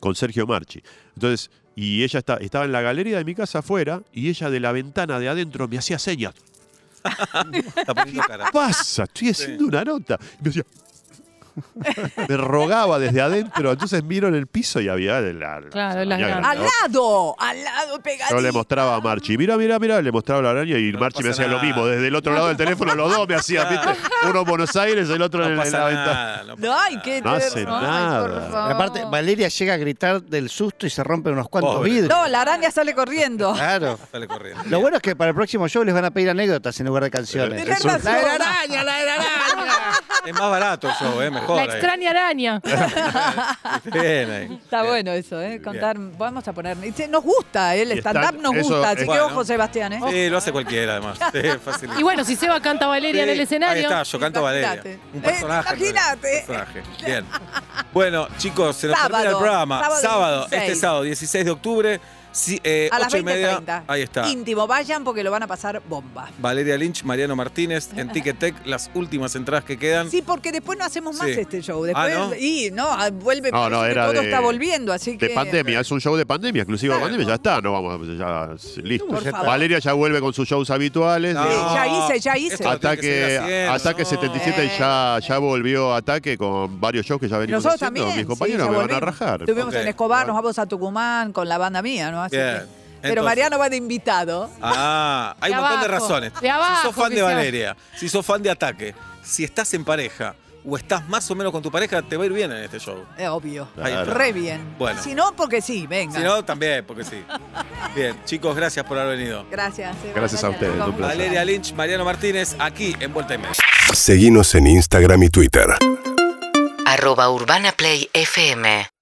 S4: con Sergio Marchi. Entonces, y ella está- estaba en la galería de mi casa afuera y ella de la ventana de adentro me hacía señas.
S2: Está poniendo cara.
S4: *laughs* Pasa, estoy haciendo una nota. Y me decía, *laughs* Me rogaba desde adentro. Entonces miro en el piso y había la, la-
S5: Claro,
S4: la
S5: las
S4: araña
S5: ganas.
S3: Al
S4: grande.
S3: lado, al lado, pegadito.
S4: Yo le mostraba a Marchi, mira, mira, mira, le mostraba la araña y
S2: No
S4: Marchi me
S2: pasa
S4: hacía lo
S2: nada.
S4: mismo. Desde el otro lado del teléfono los dos me hacían, ¿viste? Uno en Buenos Aires, el otro
S2: No
S4: en, la- en
S2: pasa
S4: la ventana.
S2: nada, no pasa
S3: No, ay,
S2: nada.
S3: qué
S4: No hace
S3: terror.
S4: nada.
S1: Pero aparte, Valeria llega a gritar del susto y se rompe unos cuantos
S2: Pobre.
S1: vidrios.
S3: No, la araña sale
S4: *laughs*
S3: corriendo.
S1: Claro.
S2: Sale corriendo.
S1: Lo bueno es que para el próximo show les van a pedir anécdotas en lugar de canciones.
S4: Tenés
S1: la de la
S3: razón.
S1: araña, la de la
S4: *laughs*
S1: araña.
S2: Es más barato el show, ¿eh? Mejor.
S5: La
S2: ahí.
S5: extraña araña.
S2: *laughs* Bien ahí.
S3: Está
S2: Bien.
S3: bueno eso, ¿eh?
S2: Bien.
S3: Contar, vamos a poner. y sí, Nos gusta, ¿eh? el
S4: Y está-
S3: stand-up nos
S4: eso-
S3: gusta, así
S2: bueno.
S3: que ojo, Sebastián, ¿eh?
S2: Sí, lo hace cualquiera además. Sí, fácil.
S5: Y bueno, si Seba canta Valeria en el
S2: Sí, Ahí
S5: escenario.
S2: está, yo canto a Valeria.
S3: Imagínate.
S2: Un personaje.
S3: Eh, imagínate.
S2: Un personaje. Bien. Bueno, chicos, se nos
S3: Sábado,
S2: termina el programa.
S3: sábado
S2: Sábado,
S3: 16.
S2: este sábado, 16 de octubre, si- eh,
S3: a las
S2: 8 y media.
S3: 20.30.
S2: Ahí está.
S3: Íntimo, vayan porque lo van a pasar bomba.
S2: Valeria Lynch, Mariano Martínez,
S3: *laughs*
S2: en Ticketek, las últimas entradas que quedan.
S3: Sí, porque después no hacemos más
S2: Sí.
S3: este show. Después,
S2: Ah, ¿no?
S3: Y no, ah, vuelve
S4: No, no,
S3: parece que
S4: era
S3: todo
S4: de-
S3: está volviendo, así que.
S4: De pandemia, es un show de pandemia, exclusivo de pandemia, ya está, no vamos, ya, listo.
S3: Por favor.
S4: Valeria ya vuelve con sus shows habituales.
S2: No,
S3: Sí, ya hice, ya
S2: Ah,
S3: hice.
S2: esto lo tiene que
S4: Ataque,
S2: seguir haciendo,
S4: ataque
S2: no.
S3: Eh.
S4: 77 ya, ya volvió ataque con varios shows que ya venimos
S3: Nosotros
S4: haciendo.
S3: también.
S4: Mis compañeros
S3: sí, ya
S4: me van a
S3: volvimos.
S4: rajar.
S3: Estuvimos
S2: Ok,
S3: en Escobar,
S2: bueno.
S3: nos vamos a Tucumán con la banda mía, ¿no? Así
S2: Bien.
S3: que- Pero
S2: Entonces-
S3: Mariano va de invitado.
S2: Ah, hay
S5: De
S2: un montón de
S5: abajo,
S2: razones.
S5: de
S2: si
S5: abajo,
S2: sos fan de
S5: oficial.
S2: Valeria, si sos fan de Ataque, si estás en pareja o estás más o menos con tu pareja, te va a ir bien en este show.
S3: Es obvio.
S2: Ahí está.
S3: Re bien.
S2: Bueno.
S3: Si no, porque sí, venga.
S2: Si no, también, porque sí. Bien, chicos, gracias por haber venido.
S3: Gracias. Eva.
S4: Gracias a ustedes,
S3: Chicos,
S4: un placer.
S2: Valeria Lynch, Mariano Martínez, aquí en Vuelta y Media.
S6: Seguinos en Instagram y Twitter.
S7: arroba urbanaplayfm